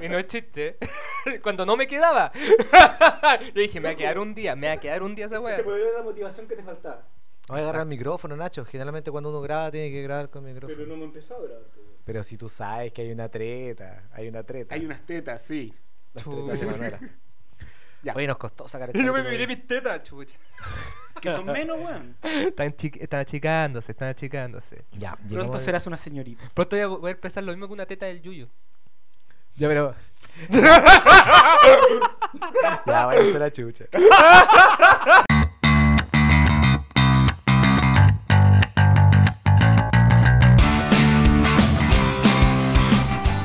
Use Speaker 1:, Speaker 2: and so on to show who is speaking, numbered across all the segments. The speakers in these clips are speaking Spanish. Speaker 1: y no es chiste, cuando no me quedaba, yo dije, me va a quedar un día, me va a quedar un día esa weá.
Speaker 2: Se volvió la motivación que te faltaba.
Speaker 3: Voy a agarrar el micrófono, Nacho. Generalmente cuando uno graba tiene que grabar con micrófono.
Speaker 2: Pero
Speaker 3: Pero,
Speaker 2: no me empezó a grabar. pues, weón.
Speaker 3: si tú sabes que hay una treta, hay una treta.
Speaker 4: Hay unas tetas, sí.
Speaker 3: Las
Speaker 1: Chu-
Speaker 3: tretas de Manuela.
Speaker 4: Ya.
Speaker 3: Oye, nos costó sacar el
Speaker 1: Y yo me
Speaker 3: capítulo,
Speaker 1: miré
Speaker 3: weón.
Speaker 1: mis tetas, chucha.
Speaker 4: Que son menos, weón.
Speaker 1: Están, chi- están achicándose, están achicándose.
Speaker 3: Ya,
Speaker 4: Pronto
Speaker 3: llegamos-
Speaker 4: serás una señorita.
Speaker 1: Pronto voy a, voy a expresar lo mismo que una teta del yuyo.
Speaker 3: Ya, pero. ya, vaya a ser la chucha.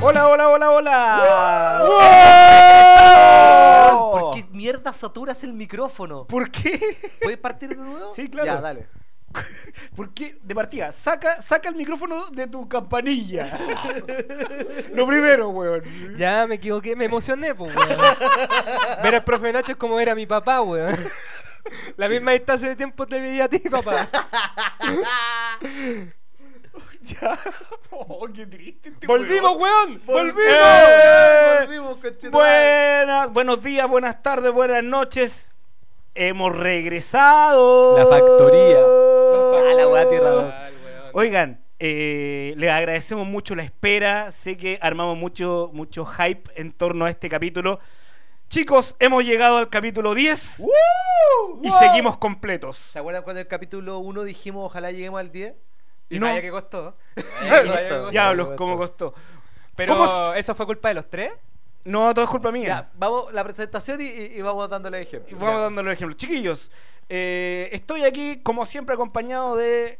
Speaker 4: ¡Hola, hola, hola, hola! ¡Wow!
Speaker 3: ¿Por qué mierda saturas el micrófono?
Speaker 4: Oh. ¿Por qué?
Speaker 3: ¿Puedes partir de nuevo?
Speaker 4: Sí, claro.
Speaker 3: Ya, dale.
Speaker 4: ¿Por qué? De partida, saca, saca el micrófono de tu campanilla. Lo primero, weón.
Speaker 1: Ya me equivoqué, me emocioné, pues, weón. Ver al profe Nacho es como ver a mi papá, weón. La misma distancia de tiempo te veía a ti, papá.
Speaker 4: Ya. Oh, qué triste este
Speaker 1: ¡Volvimos,
Speaker 4: weón.
Speaker 1: weón!
Speaker 4: Eh,
Speaker 1: ¡Volvimos!
Speaker 4: Buenas, buenos días, buenas tardes, buenas noches. Hemos regresado.
Speaker 3: La factoría. A Ah, la weá tierra dos.
Speaker 4: Oigan, eh, les agradecemos mucho la espera. Sé que armamos mucho, mucho hype en torno a este capítulo. Chicos, hemos llegado al capítulo 10 y seguimos completos.
Speaker 3: ¿Se acuerdan cuando en el capítulo 1 dijimos ojalá lleguemos al 10?
Speaker 1: Y
Speaker 4: No.
Speaker 1: vaya que costó.
Speaker 3: Vaya que
Speaker 1: Vaya que
Speaker 3: costó.
Speaker 1: costó.
Speaker 4: Diablos, cómo costó.
Speaker 1: Pero,
Speaker 4: ¿Cómo se-
Speaker 1: ¿eso fue culpa de los tres?
Speaker 4: No, todo es culpa mía.
Speaker 3: Ya, vamos la presentación y, y- y vamos dándole
Speaker 4: Y
Speaker 3: ejemplo.
Speaker 4: Vamos
Speaker 3: Ya.
Speaker 4: dándole los ejemplos. Chiquillos, eh, estoy aquí como siempre acompañado de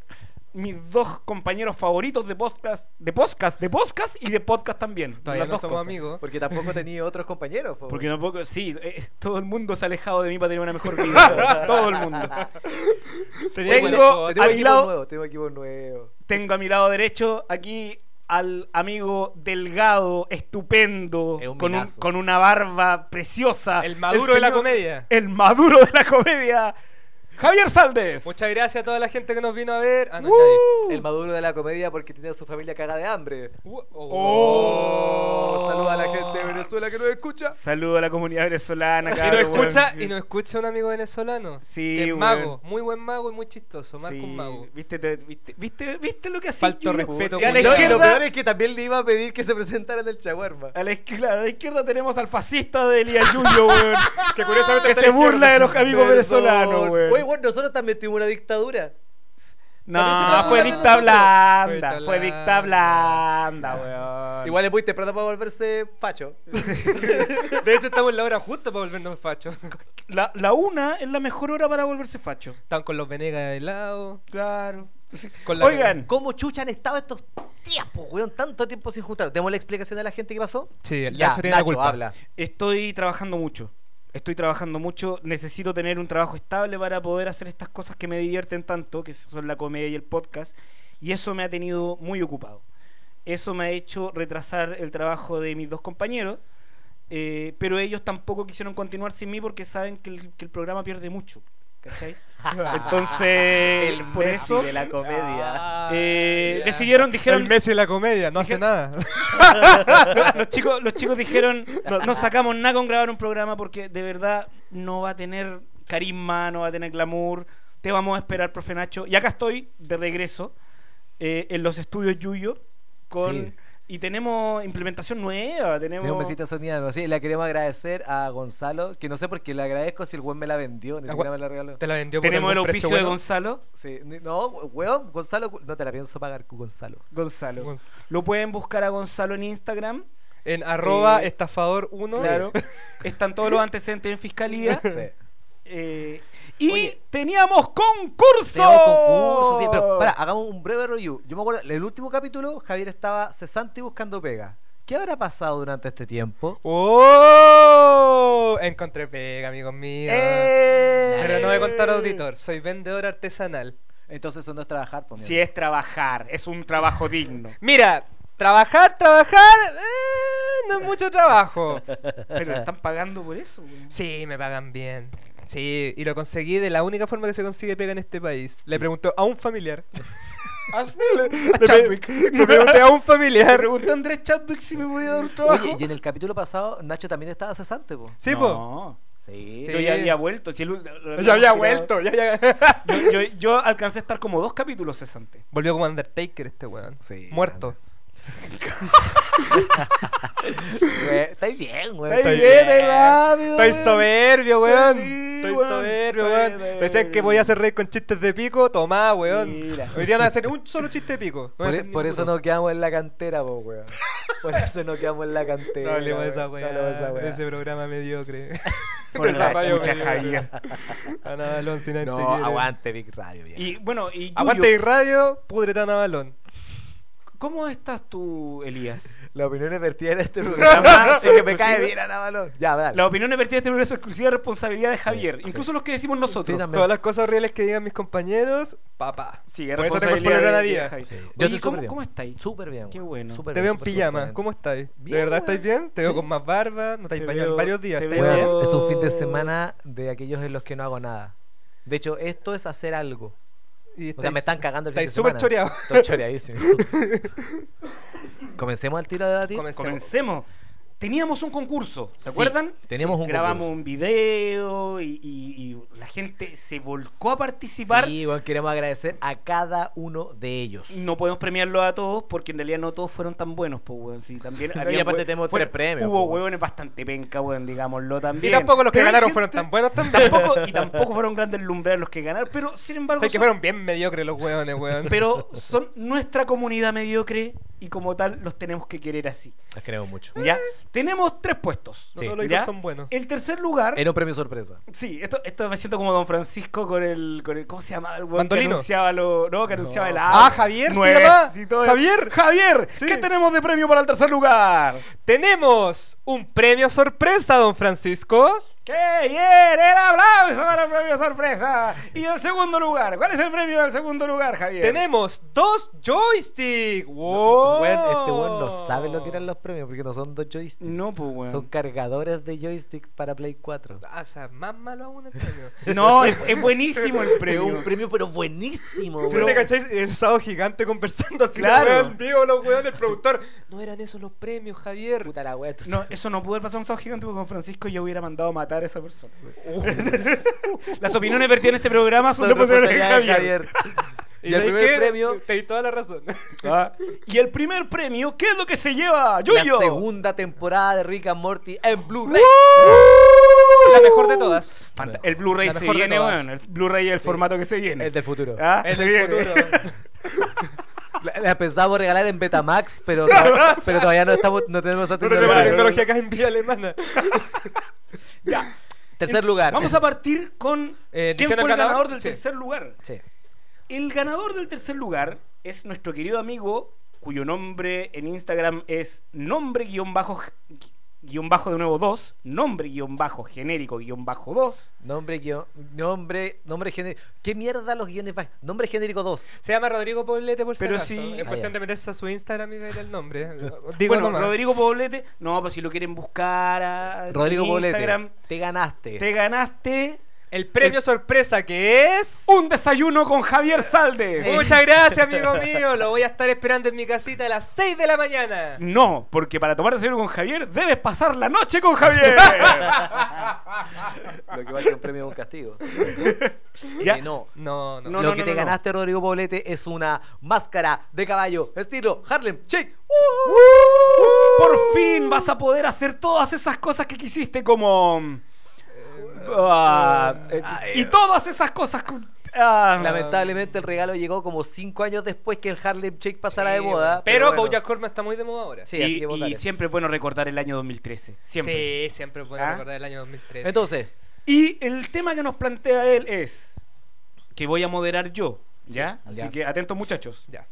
Speaker 4: mis dos compañeros favoritos de podcast, de podcast, de podcast y de podcast también.
Speaker 1: Todavía
Speaker 4: Las
Speaker 1: no
Speaker 4: dos
Speaker 1: somos
Speaker 4: cosas.
Speaker 1: amigos.
Speaker 3: Porque tampoco tenía otros compañeros. po,
Speaker 4: Porque
Speaker 3: weón.
Speaker 4: tampoco, sí, eh, todo el mundo se ha alejado de mí para tener una mejor vida. todo el mundo.
Speaker 3: Tenemos
Speaker 4: al
Speaker 3: equipo
Speaker 4: lado-
Speaker 3: nuevo, tenemos equipo nuevo.
Speaker 4: Tengo a mi lado derecho aquí al amigo delgado, estupendo,
Speaker 3: Es un
Speaker 4: con, un-
Speaker 3: minazo.
Speaker 4: con una barba preciosa.
Speaker 1: Ah, El maduro de la
Speaker 4: señor-
Speaker 1: comedia.
Speaker 4: El maduro de la comedia. Javier Saldes.
Speaker 1: Muchas gracias a toda la gente que nos vino a ver. Ah, no,
Speaker 4: ¡Woo!
Speaker 1: nadie.
Speaker 3: El maduro de la comedia porque tenía a su familia caga de hambre.
Speaker 1: Uh,
Speaker 4: Oh.
Speaker 3: Oh, saluda a la gente de Venezuela que nos escucha.
Speaker 4: Saludo a la comunidad venezolana.
Speaker 1: Y nos
Speaker 4: cabrón,
Speaker 1: escucha,
Speaker 4: weón.
Speaker 1: y nos escucha un amigo venezolano.
Speaker 4: Sí,
Speaker 1: que es
Speaker 4: weón.
Speaker 1: mago, muy buen mago y muy chistoso. Marco
Speaker 4: Sí,
Speaker 1: un mago.
Speaker 4: ¿Viste, te- viste, viste, viste lo que hacía.
Speaker 1: Falto
Speaker 4: Junior?
Speaker 1: respeto,
Speaker 4: Y a la
Speaker 3: No, y lo
Speaker 4: izquierda,
Speaker 3: peor es que también le iba a pedir que se presentara en el chaguarma.
Speaker 1: Eh,
Speaker 4: a la izquierda- claro, a la izquierda tenemos al fascista de Elías Yuyo, weón.
Speaker 1: Que curiosamente
Speaker 4: que
Speaker 1: está
Speaker 4: se
Speaker 1: a la
Speaker 4: burla de los amigos
Speaker 3: Perdón.
Speaker 4: venezolanos,
Speaker 3: Oye,
Speaker 4: weón.
Speaker 3: bueno, nosotros también tuvimos una dictadura.
Speaker 4: No,
Speaker 3: también se
Speaker 4: fue
Speaker 3: burlan de
Speaker 4: dicta
Speaker 3: nosotros.
Speaker 4: blanda,
Speaker 1: Fue
Speaker 4: fue
Speaker 1: dicta
Speaker 4: dicta blanda, weón.
Speaker 3: Igual es muy temprano para volverse facho.
Speaker 1: De hecho, estamos en la hora justa para volvernos fachos.
Speaker 4: la, la una es la mejor hora para volverse facho.
Speaker 1: Están con los venegas de lado.
Speaker 4: Claro.
Speaker 1: Con la-
Speaker 4: Oigan,
Speaker 3: ¿Cómo chuchan estaba estos tiempos, weón? Tanto tiempo sin juntar. ¿Demos la explicación a la gente que pasó?
Speaker 1: Sí, el
Speaker 3: Ya,
Speaker 1: Nacho tiene la culpa.
Speaker 3: habla.
Speaker 4: Estoy trabajando mucho. Estoy trabajando mucho. Necesito tener un trabajo estable para poder hacer estas cosas que me divierten tanto, que son la comedia y el podcast. Y eso me ha tenido muy ocupado. Eso me ha hecho retrasar el trabajo de mis dos compañeros. eh, pero ellos tampoco quisieron continuar sin mí porque saben que el, que el programa pierde mucho. ¿Cachai? Entonces,
Speaker 3: el
Speaker 4: por
Speaker 3: Messi
Speaker 4: eso
Speaker 3: de la comedia.
Speaker 4: eh, decidieron, dijeron,
Speaker 1: El Messi de la comedia, no
Speaker 4: Dije-
Speaker 1: hace nada.
Speaker 4: los, los chicos, los chicos dijeron, no, no sacamos nada con grabar un programa porque de verdad no va a tener carisma, no va a tener glamour. Te vamos a esperar, profe Nacho. Y acá estoy, de regreso, eh, en los estudios Yuyo, con...
Speaker 3: Sí.
Speaker 4: Y tenemos implementación nueva, tenemos...
Speaker 3: Tengo un besito sonido. Sí, le queremos agradecer a Gonzalo, que no sé por qué le agradezco si el weón me la vendió, ni
Speaker 1: Ah,
Speaker 3: siquiera
Speaker 1: gua-
Speaker 3: me la regaló.
Speaker 1: Te la vendió por
Speaker 4: tenemos el
Speaker 1: algún precio
Speaker 4: auspicio de
Speaker 1: bueno.
Speaker 4: Gonzalo.
Speaker 3: Sí, ni- no, weón, Gonzalo, cu- no te la pienso pagar, cu- Gonzalo.
Speaker 4: Gonzalo. Lo pueden buscar a Gonzalo en Instagram.
Speaker 1: En arroba
Speaker 4: Eh,
Speaker 1: estafador 1.
Speaker 4: Claro. Están todos los antecedentes en fiscalía.
Speaker 3: Sí.
Speaker 4: Eh, y
Speaker 3: Oye.
Speaker 4: teníamos concurso.
Speaker 3: Teníamos concursos, sí, pero para, hagamos un breve review. Yo me acuerdo, en el último capítulo, Javier estaba cesante y buscando pega. ¿Qué habrá pasado durante este tiempo?
Speaker 1: ¡Oh! Encontré pega, amigos míos.
Speaker 4: ¡Eh!
Speaker 1: Pero no voy a contar auditor, soy vendedor artesanal.
Speaker 3: Entonces eso no es trabajar, pues, por
Speaker 4: Si es trabajar, es un trabajo digno.
Speaker 1: Mira, trabajar, trabajar, eh, no es mucho trabajo.
Speaker 4: Pero están pagando por eso. güey.
Speaker 1: Sí, me pagan bien. Sí, y lo conseguí de la única forma que se consigue pega en este país. Le preguntó a un familiar.
Speaker 4: Hazme
Speaker 1: Le pre- Le pregunté a un familiar.
Speaker 4: pregunté a Andrés Chadwick si me podía dar un trabajo.
Speaker 3: Oye, y en el capítulo pasado Nacho también estaba cesante, pues. po.
Speaker 1: Sí, po.
Speaker 4: no. Sí.
Speaker 1: Sí.
Speaker 4: Yo ya había vuelto. si el ul- lo-
Speaker 1: Ya había
Speaker 4: tirado.
Speaker 1: vuelto, ya, ya.
Speaker 4: Yo, yo- yo alcancé a estar como dos capítulos cesante.
Speaker 1: Volvió como Undertaker este weón.
Speaker 4: Sí.
Speaker 1: Muerto.
Speaker 3: Güey, Estáis bien, güey.
Speaker 4: Estáis
Speaker 3: Estáis
Speaker 4: bien, ahí va, amigo,
Speaker 1: Estoy
Speaker 4: weón.
Speaker 1: soberbio, weón.
Speaker 4: Sí,
Speaker 1: Estoy
Speaker 4: weón,
Speaker 1: soberbio,
Speaker 4: estoy
Speaker 1: weón.
Speaker 4: soberbio.
Speaker 1: Decían que podía hacer reír con chistes de pico. Tomá, weón.
Speaker 4: Mira.
Speaker 1: Hoy día no voy a hacer un solo chiste de pico. No voy a
Speaker 3: Por,
Speaker 1: hacer
Speaker 3: e-
Speaker 1: ni
Speaker 3: por eso
Speaker 1: uno.
Speaker 3: nos quedamos en la cantera, po, weón. Por eso nos quedamos en la cantera.
Speaker 1: No hablemos de esa
Speaker 3: weón. No hablemos de esa
Speaker 1: weá.
Speaker 3: weá.
Speaker 1: De ese programa mediocre.
Speaker 4: Por
Speaker 1: De esa
Speaker 4: la
Speaker 1: radio
Speaker 4: chucha,
Speaker 1: mediocre.
Speaker 4: Javier.
Speaker 1: A Navalón sin antes
Speaker 3: No,
Speaker 1: quiere.
Speaker 3: aguante Big Radio, bien.
Speaker 4: Y bueno, y Yuyo,
Speaker 1: Aguante y radio, pudreta Navalón.
Speaker 4: ¿cómo estás tú, Elías?
Speaker 3: Las opiniones vertidas en este programa
Speaker 4: Jamás
Speaker 3: es que me cae
Speaker 4: inclusive.
Speaker 3: bien a Navalón. Ya, dale.
Speaker 4: La opinión vertida de este programa es exclusiva responsabilidad de Javier.
Speaker 3: sí.
Speaker 4: Incluso los que decimos nosotros.
Speaker 3: Sí, también.
Speaker 1: Todas las cosas horribles que digan mis compañeros, papá.
Speaker 4: Sí,
Speaker 1: Por eso tengo el
Speaker 4: responsabilidad
Speaker 1: problema
Speaker 4: de-
Speaker 1: de
Speaker 4: de
Speaker 1: vida.
Speaker 4: Javier.
Speaker 3: Sí. Yo
Speaker 4: Oye,
Speaker 3: estoy
Speaker 4: ¿cómo,
Speaker 3: súper bien.
Speaker 4: ¿cómo estáis?
Speaker 3: Súper bien.
Speaker 4: Qué
Speaker 3: weón.
Speaker 4: bueno.
Speaker 3: Súper
Speaker 1: Te
Speaker 3: bien,
Speaker 1: veo en
Speaker 3: súper
Speaker 1: pijama,
Speaker 3: fuerte,
Speaker 1: ¿cómo estáis? ¿De
Speaker 3: Bien,
Speaker 1: verdad
Speaker 3: weón.
Speaker 1: estáis bien? Te veo
Speaker 4: Sí.
Speaker 1: con más barba, no te
Speaker 4: Te
Speaker 1: habéis bañado
Speaker 4: veo-
Speaker 1: en varios días.
Speaker 4: te
Speaker 1: ¿estáis
Speaker 4: veo-
Speaker 1: bien?
Speaker 3: Weón, es un fin de semana de aquellos en los que no hago nada. De hecho, esto es hacer algo.
Speaker 1: Y
Speaker 3: O sea,
Speaker 1: estáis-
Speaker 3: me están cagando el fin de
Speaker 1: estáis súper
Speaker 3: semana.
Speaker 1: choreado.
Speaker 3: Estoy choreadísimo. Comencemos al tiro de debatir.
Speaker 4: Comencemos. Teníamos un concurso,
Speaker 3: Sí,
Speaker 4: ¿se acuerdan?
Speaker 3: teníamos un
Speaker 4: Grabamos
Speaker 3: concurso.
Speaker 4: un video y, y- y la gente se volcó a participar.
Speaker 3: Sí, weón, queremos agradecer a cada uno de ellos.
Speaker 4: No podemos premiarlo a todos porque en realidad no todos fueron tan buenos, pues, weón. Sí, también
Speaker 3: No, y
Speaker 4: había
Speaker 3: aparte
Speaker 4: hue-
Speaker 3: tenemos
Speaker 4: fueron-
Speaker 3: tres premios,
Speaker 4: Hubo
Speaker 3: po, weón.
Speaker 4: huevones bastante penca, weón, digámoslo
Speaker 1: Y
Speaker 4: también.
Speaker 1: tampoco los que
Speaker 4: Pero hay
Speaker 1: ganaron
Speaker 4: gente-
Speaker 1: fueron tan buenos tampoco.
Speaker 4: Tampoco, y tampoco fueron grandes lumbreros los que ganaron, pero sin embargo.
Speaker 1: Sabes que
Speaker 4: son-
Speaker 1: fueron bien mediocres los hueones, weón.
Speaker 4: Pero son nuestra comunidad mediocre y como tal los tenemos que querer así.
Speaker 3: Los queremos mucho.
Speaker 4: ¿Ya? Tenemos tres puestos.
Speaker 1: No todos los
Speaker 4: ¿ya?
Speaker 1: hijos son
Speaker 3: Eh,
Speaker 1: buenos.
Speaker 4: El tercer lugar.
Speaker 3: Era un premio sorpresa.
Speaker 4: Sí, esto, esto me siento como Don Francisco con el. Con el ¿Cómo se llamaba el weón que
Speaker 1: Mandolino.
Speaker 4: anunciaba lo, No, que anunciaba
Speaker 3: No.
Speaker 4: el
Speaker 1: Ah, Javier,
Speaker 4: Nueve,
Speaker 1: se llama.
Speaker 4: sí, todo el-
Speaker 1: Javier,
Speaker 4: Javier,
Speaker 1: Sí.
Speaker 4: ¿qué tenemos de premio para el tercer lugar?
Speaker 1: tenemos un premio sorpresa, don Francisco.
Speaker 4: ¡Qué bien! ¡El aplauso para el premio sorpresa! Y el segundo lugar, ¿cuál es el premio del segundo lugar, Javier?
Speaker 1: Tenemos dos joysticks.
Speaker 3: Weón,
Speaker 4: Oh.
Speaker 1: ¡Wow!
Speaker 3: este weón no sabe lo que eran los premios porque no son dos joysticks.
Speaker 4: No, pues, weón.
Speaker 3: Son cargadores de joystick para Play 4.
Speaker 1: Ah, o sea, más malo aún el premio.
Speaker 4: No, es, es buenísimo el
Speaker 3: Pero
Speaker 4: premio.
Speaker 3: un premio, pero buenísimo,
Speaker 1: Pero te
Speaker 3: weón.
Speaker 1: cacháis el sábado gigante conversando así
Speaker 4: Claro.
Speaker 1: en vivo los weones del productor. No eran esos los premios, Javier.
Speaker 3: Puta la wea,
Speaker 4: No, eso no pudo haber pasado un sábado gigante porque con Francisco yo hubiera mandado a matar a esa persona. Las opiniones vertidas en este programa son
Speaker 3: Son
Speaker 4: de posibilidad de
Speaker 3: responsabilidad de
Speaker 4: Javier.
Speaker 3: Y el
Speaker 1: ¿sabes
Speaker 3: primer
Speaker 1: qué?
Speaker 3: premio,
Speaker 1: Te di toda la razón.
Speaker 4: Ah, Y el primer premio, ¿qué es lo que se lleva?
Speaker 3: la
Speaker 4: ¡Yuyo!
Speaker 3: segunda temporada de Rick and Morty en Blu-ray.
Speaker 1: la mejor de todas.
Speaker 4: Fanta- el Blu-ray
Speaker 1: La
Speaker 4: se
Speaker 1: mejor de
Speaker 4: viene,
Speaker 1: todas.
Speaker 4: weón. El Blu-ray es el formato que se viene.
Speaker 3: El del futuro.
Speaker 4: Ah,
Speaker 1: Es
Speaker 4: se
Speaker 1: el
Speaker 4: viene.
Speaker 1: futuro.
Speaker 3: La, la pensábamos regalar en Betamax, pero, to- pero todavía no estamos, no tenemos esa
Speaker 1: Pero tenemos la tecnología
Speaker 3: tecnología.
Speaker 1: acá en vía alemana.
Speaker 4: Ya.
Speaker 3: Tercer lugar.
Speaker 4: Vamos a partir con
Speaker 1: Eh, ¿dicen
Speaker 4: quién fue el
Speaker 1: el ganador?
Speaker 4: ganador del
Speaker 1: Sí.
Speaker 4: tercer lugar.
Speaker 3: Sí.
Speaker 4: El ganador del tercer lugar es nuestro querido amigo, cuyo nombre en Instagram es nombre guión bajo guión bajo de nuevo 2, nombre guión bajo genérico guión bajo 2.
Speaker 3: Nombre, guión, nombre, nombre genérico. ¿Qué mierda los guiones? va- Nombre genérico 2.
Speaker 1: Se llama Rodrigo Poblete por si
Speaker 4: Pero
Speaker 1: acaso.
Speaker 4: sí-
Speaker 1: Es
Speaker 3: Ah,
Speaker 1: cuestión
Speaker 3: ya.
Speaker 1: de meterse a su Instagram y ver el nombre. Digo
Speaker 4: bueno,
Speaker 1: nomás.
Speaker 4: Rodrigo eh, Poblete, no, pues si lo quieren buscar a en
Speaker 3: Rodrigo
Speaker 4: Instagram,
Speaker 3: Bolete. Te ganaste.
Speaker 4: te ganaste
Speaker 1: El premio sorpresa que es. Eh,
Speaker 4: un desayuno con Javier Saldes.
Speaker 3: Eh.
Speaker 1: Muchas gracias, amigo mío. Lo voy a estar esperando en mi casita a las 6 de la mañana.
Speaker 4: No, porque para tomar desayuno con Javier debes pasar la noche con Javier.
Speaker 3: Lo que vale un premio es un castigo.
Speaker 4: Ya.
Speaker 3: Que Eh, no.
Speaker 1: No, no.
Speaker 4: No.
Speaker 3: Lo que te ganaste, Rodrigo Poblete, es una máscara de caballo, estilo Harlem Shake. ¡Uh!
Speaker 4: Por fin vas a poder hacer todas esas cosas que quisiste como... ah, eh, y todas esas cosas... con- ah,
Speaker 3: Lamentablemente el regalo llegó como 5 años después que el Harlem Shake pasara de
Speaker 1: Sí,
Speaker 3: moda.
Speaker 1: Pero,
Speaker 3: bueno.
Speaker 1: Bojack Horseman está muy de moda ahora.
Speaker 3: Sí,
Speaker 4: y,
Speaker 3: así que vos
Speaker 4: y
Speaker 3: dale.
Speaker 4: siempre es bueno recordar el año 2013. Siempre.
Speaker 1: Sí, siempre puedo
Speaker 4: ¿Ah?
Speaker 1: recordar el año 2013.
Speaker 3: Entonces,
Speaker 4: Y el tema que nos plantea él es... Que voy a moderar yo. ¿Ya?
Speaker 3: ya.
Speaker 4: Así que atentos muchachos.
Speaker 1: Ya.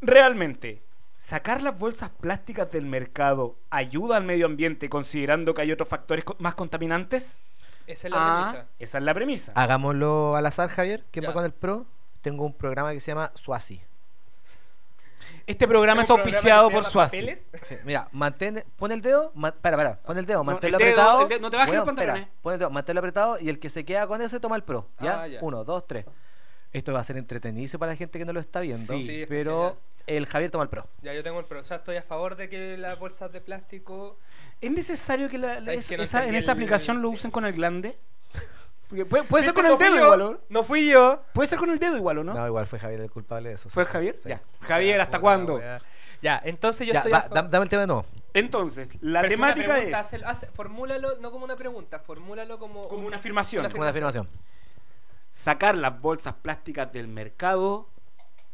Speaker 4: Realmente, sacar las bolsas plásticas del mercado ayuda al medio ambiente considerando que hay otros factores co- más contaminantes?
Speaker 1: Esa es la
Speaker 4: Ah,
Speaker 1: premisa.
Speaker 4: Esa es la premisa.
Speaker 3: Ah. hagámoslo al azar, Javier. ¿Quién
Speaker 1: Ya.
Speaker 3: va con el pro? Tengo un programa que se llama Suasi.
Speaker 4: Este programa es
Speaker 1: Tengo un que
Speaker 4: auspiciado
Speaker 1: se
Speaker 4: por
Speaker 1: llama
Speaker 4: Suazi.
Speaker 1: Papeles.
Speaker 3: Sí, mira, mantén, pon el dedo, ma- para, para, pon el dedo, manténlo
Speaker 4: el dedo,
Speaker 3: apretado.
Speaker 4: el dedo, no te bajes los
Speaker 3: espera,
Speaker 4: pantalones.
Speaker 3: pon el dedo, manténlo apretado y el que se queda con ese toma el pro. ¿Ya?
Speaker 5: Ah, ya.
Speaker 3: Uno, dos, tres. Esto va a ser entretenido para la gente que no lo está viendo.
Speaker 5: Sí. Sí, esto
Speaker 3: pero el Javier toma el pro.
Speaker 1: Ya yo tengo el pro. O sea, estoy a favor de que las bolsas de plástico.
Speaker 4: ¿Es necesario que, la, la-
Speaker 1: ¿Sabes que no
Speaker 4: esa- en
Speaker 1: entendí
Speaker 4: esa
Speaker 1: el-
Speaker 4: aplicación lo usen con el glande? Porque puede, puede ser
Speaker 1: ¿Viste?
Speaker 4: con el
Speaker 1: No fui
Speaker 4: dedo
Speaker 1: yo.
Speaker 4: igual, ¿o?
Speaker 1: No fui yo.
Speaker 4: Puede ser con el dedo igual, ¿o no?
Speaker 3: ¿No? igual fue Javier el culpable de eso. sí.
Speaker 4: ¿Fue Javier?
Speaker 3: Sí.
Speaker 4: Ya. Javier, ¿hasta
Speaker 1: Puta,
Speaker 4: cuándo?
Speaker 1: wea. Ya, entonces yo
Speaker 3: Ya,
Speaker 1: estoy
Speaker 3: va,
Speaker 1: a favor-
Speaker 3: dam- dame el tema de nuevo.
Speaker 4: Entonces, la
Speaker 1: Pero es que una
Speaker 4: temática
Speaker 1: pregunta,
Speaker 4: es
Speaker 1: hace- hace- formúlalo no como una pregunta, formúlalo como,
Speaker 4: como
Speaker 1: un-
Speaker 4: una afirmación.
Speaker 1: Una
Speaker 3: Una afirmación.
Speaker 4: Sacar las bolsas plásticas del mercado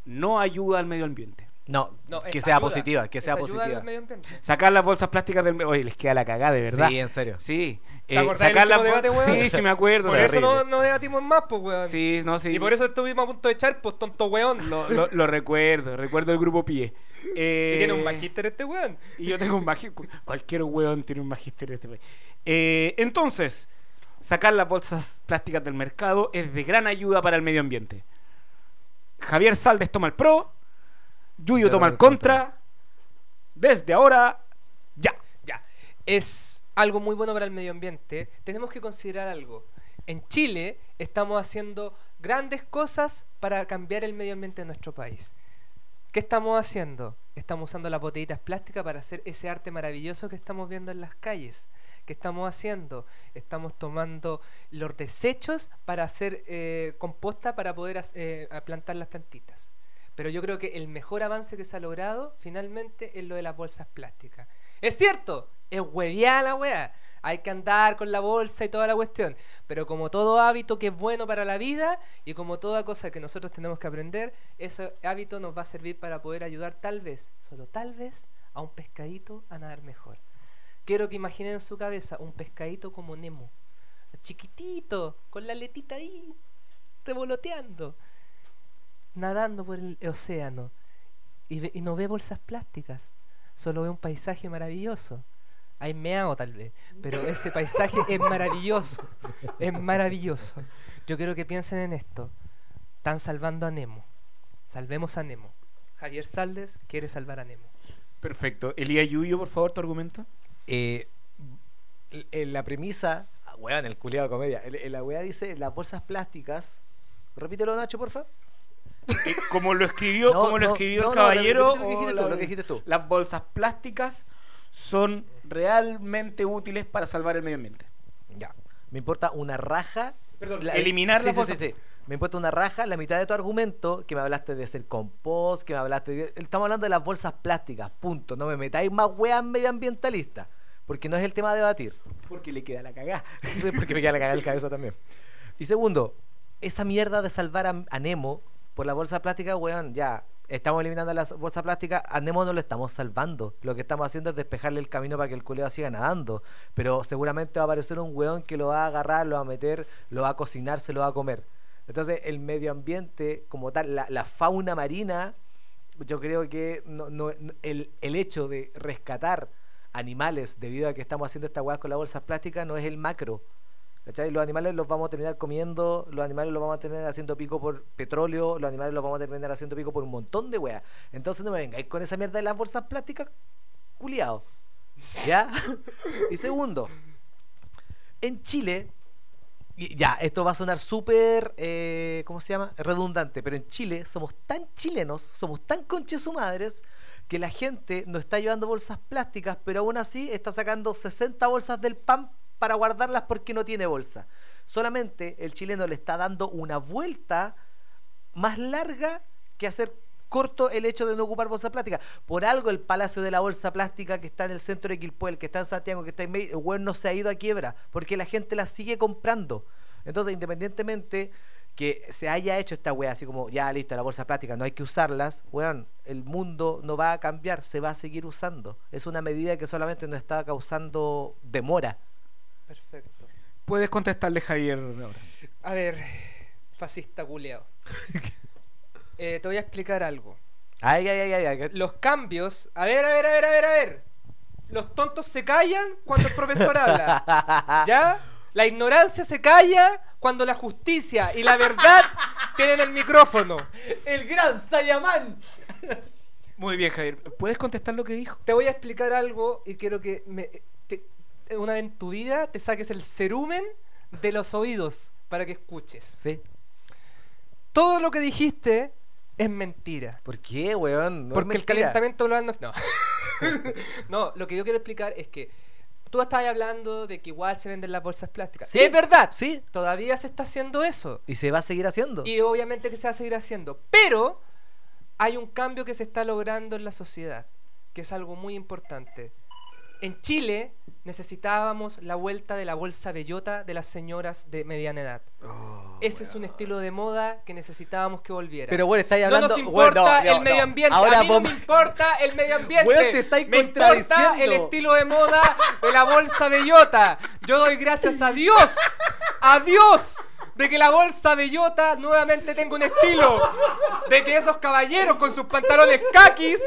Speaker 4: no ayuda al medio ambiente.
Speaker 3: No,
Speaker 1: No,
Speaker 3: que
Speaker 1: es
Speaker 3: sea
Speaker 1: ayuda,
Speaker 3: positiva, que
Speaker 1: es
Speaker 3: sea
Speaker 1: ayuda al
Speaker 3: positiva.
Speaker 1: medio ambiente.
Speaker 4: Sacar las bolsas plásticas del... Oye, les queda la cagada, de verdad.
Speaker 3: Sí, en serio.
Speaker 4: Sí.
Speaker 1: ¿Te
Speaker 4: Eh,
Speaker 1: acordás del
Speaker 4: sacar las
Speaker 1: último
Speaker 4: bol-
Speaker 1: debate, weón?
Speaker 4: Sí, sí me acuerdo.
Speaker 1: Por
Speaker 4: sí.
Speaker 1: eso no, no debatimos más, pues, weón.
Speaker 4: Sí, no, sí.
Speaker 1: Y por eso estuvimos a punto de echar, pues, tonto weón.
Speaker 4: Lo, lo- lo recuerdo, recuerdo el grupo Pie. Eh,
Speaker 1: Y tiene un magíster este weón.
Speaker 4: Y yo tengo un magíster. Cualquier hueón tiene un magíster en este país. Eh, entonces, sacar las bolsas plásticas del mercado es de gran ayuda para el medio ambiente. Javier Saldes toma el pro, Yuyo
Speaker 3: Yo
Speaker 4: toma el contra. Desde ahora, ya.
Speaker 1: Ya. Es algo muy bueno para el medio ambiente. Tenemos que considerar algo. En Chile estamos haciendo grandes cosas para cambiar el medio ambiente de nuestro país. ¿Qué estamos haciendo? Estamos usando las botellitas plásticas para hacer ese arte maravilloso que estamos viendo en las calles. ¿Qué estamos haciendo? Estamos tomando los desechos para hacer eh, composta para poder hac- eh, a plantar las plantitas. Pero yo creo que el mejor avance que se ha logrado finalmente es lo de las bolsas plásticas. Es cierto, es hueviada la wea. Hay que andar con la bolsa y toda la cuestión. Pero como todo hábito que es bueno para la vida y como toda cosa que nosotros tenemos que aprender, ese hábito nos va a servir para poder ayudar tal vez, solo tal vez, a un pescadito a nadar mejor. Quiero que imaginen en su cabeza un pescadito como Nemo. Chiquitito, con la letita ahí, revoloteando. Nadando por el océano. Y, ve- y no ve bolsas plásticas solo ve un paisaje maravilloso. Hay meao tal vez, pero ese paisaje es maravilloso. Es maravilloso. Yo quiero que piensen en esto. Están salvando a Nemo. Salvemos a Nemo. Javier Saldes quiere salvar a Nemo.
Speaker 4: Perfecto. Elías Yuyo, por favor, tu argumento.
Speaker 3: Eh, l- eh, la premisa, ah, weón, el culiado comedia. El- el- la weá dice las bolsas plásticas. Repítelo, Nacho, porfa.
Speaker 4: Eh, como lo escribió,
Speaker 3: No,
Speaker 4: como lo
Speaker 3: no,
Speaker 4: escribió
Speaker 3: no,
Speaker 4: el
Speaker 3: no,
Speaker 4: caballero.
Speaker 3: repite lo que
Speaker 4: o
Speaker 3: dijiste tú,
Speaker 4: la-
Speaker 3: lo que dijiste tú.
Speaker 4: Las bolsas plásticas son realmente útiles para salvar el medio ambiente.
Speaker 3: Ya. Me importa una raja.
Speaker 4: Perdón, eliminar
Speaker 3: sí,
Speaker 4: las
Speaker 3: sí,
Speaker 4: bolsas.
Speaker 3: sí, sí. Me importa una raja la mitad de tu argumento, que me hablaste de hacer compost, que me hablaste de... Estamos hablando de las bolsas plásticas, punto. No me metáis más weas medioambientalistas, porque no es el tema a debatir.
Speaker 4: Porque le queda la cagada.
Speaker 3: Sí, porque me queda la cagada en la cabeza también. Y segundo, esa mierda de salvar a, a Nemo por la bolsa plástica, weón, ya. Estamos eliminando las bolsas plásticas, a Nemo no lo estamos salvando. Lo que estamos haciendo es despejarle el camino para que el culeo siga nadando. Pero seguramente va a aparecer un weón que lo va a agarrar, lo va a meter, lo va a cocinar, se lo va a comer. Entonces, el medio ambiente, como tal, la, la fauna marina, yo creo que no- no- no- el, el hecho de rescatar animales debido a que estamos haciendo esta weá con las bolsas plásticas no es el macro. ¿Cachai? Los animales los vamos a terminar comiendo, los animales los vamos a terminar haciendo pico por petróleo, los animales los vamos a terminar haciendo pico por un montón de weas. Entonces no me vengáis con esa mierda de las bolsas plásticas, culiado. ¿Ya? y segundo, en Chile, y ya, esto va a sonar súper, eh, ¿cómo se llama? Redundante, pero en Chile somos tan chilenos, somos tan conches su madres, que la gente nos está llevando bolsas plásticas, pero aún así está sacando 60 bolsas del pan para guardarlas porque no tiene bolsa. Solamente el chileno le está dando una vuelta más larga que hacer corto el hecho de no ocupar bolsa plástica. Por algo el Palacio de la Bolsa Plástica que está en el centro de Quilpuel, que está en Santiago, que está en May, el weón no se ha ido a quiebra, porque la gente la sigue comprando. Entonces, independientemente que se haya hecho esta weá, así como ya listo, la bolsa plástica, no hay que usarlas, weón, el mundo no va a cambiar, se va a seguir usando. Es una medida que solamente nos está causando demora.
Speaker 1: Perfecto.
Speaker 4: Puedes contestarle, Javier, ahora.
Speaker 1: A ver, fascista culeado. Eh, te voy a explicar algo.
Speaker 3: Ay, ay, ay, ay, ay. que-
Speaker 1: Los cambios. A ver, a ver, a ver, a ver, a ver. Los tontos se callan cuando el profesor habla. ¿Ya? La ignorancia se calla cuando la justicia y la verdad tienen el micrófono.
Speaker 3: El gran Sayamán.
Speaker 4: Muy bien, Javier. ¿Puedes contestar lo que dijo?
Speaker 1: Te voy a explicar algo y quiero que me, te- una vez en tu vida te saques el cerumen de los oídos para que escuches.
Speaker 3: Sí.
Speaker 1: Todo lo que dijiste es mentira.
Speaker 3: ¿Por qué, weón? No es
Speaker 1: Porque el
Speaker 3: mentira.
Speaker 1: calentamiento global no es. No. no, lo que yo quiero explicar es que tú estabas hablando de que igual se venden las bolsas plásticas.
Speaker 3: Sí.
Speaker 1: es verdad.
Speaker 3: Sí.
Speaker 1: Todavía se está haciendo eso.
Speaker 3: Y se va a seguir haciendo.
Speaker 1: Y obviamente que se va a seguir haciendo. Pero hay un cambio que se está logrando en la sociedad, que es algo muy importante. En Chile necesitábamos la vuelta de la bolsa bellota de las señoras de mediana edad. Ese es un estilo de moda que necesitábamos que volviera.
Speaker 3: Oh, Pero bueno, estáis
Speaker 1: no
Speaker 3: hablando.
Speaker 1: nos
Speaker 3: weón,
Speaker 1: importa
Speaker 3: no, no,
Speaker 1: el
Speaker 3: no.
Speaker 1: medio ambiente.
Speaker 3: Ahora
Speaker 1: a mí
Speaker 3: vos-
Speaker 1: no me importa el medio ambiente.
Speaker 3: Weón, te estáis
Speaker 1: me importa
Speaker 3: contradiciendo.
Speaker 1: el estilo de moda de la bolsa bellota. Yo doy gracias a Dios, a Dios, de que la bolsa bellota nuevamente tenga un estilo. De que esos caballeros con sus pantalones caquis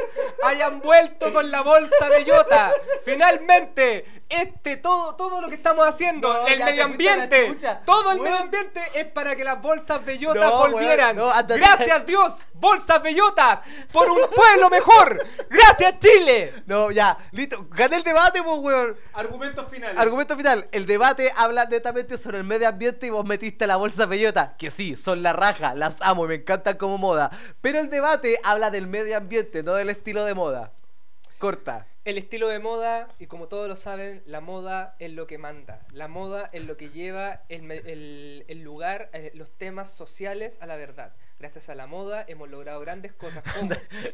Speaker 1: hayan vuelto con la bolsa bellota. Finalmente, este, todo, todo lo que estamos haciendo,
Speaker 3: No,
Speaker 1: el
Speaker 3: ya
Speaker 1: medio
Speaker 3: te fuiste a la
Speaker 1: ambiente,
Speaker 3: chucha.
Speaker 1: todo el
Speaker 3: Weón.
Speaker 1: medio ambiente es para que las bolsas bellotas
Speaker 3: No, weón,
Speaker 1: volvieran.
Speaker 3: no, ándate.
Speaker 1: gracias Dios, bolsas bellotas, por un pueblo mejor. Gracias, Chile.
Speaker 3: No, ya, listo. Gané el debate, pues, weón.
Speaker 4: Argumentos finales.
Speaker 3: Argumento final. El debate habla netamente sobre el medio ambiente y vos metiste la bolsa bellota. Que sí, son la raja, las amo y me encantan como moda. Pero el debate habla del medio ambiente, no del estilo de moda. Corta.
Speaker 1: El estilo de moda, y como todos lo saben, la moda es lo que manda. La moda es lo que lleva el, me- el- el lugar, eh, los temas sociales a la verdad. Gracias a la moda hemos logrado grandes cosas como...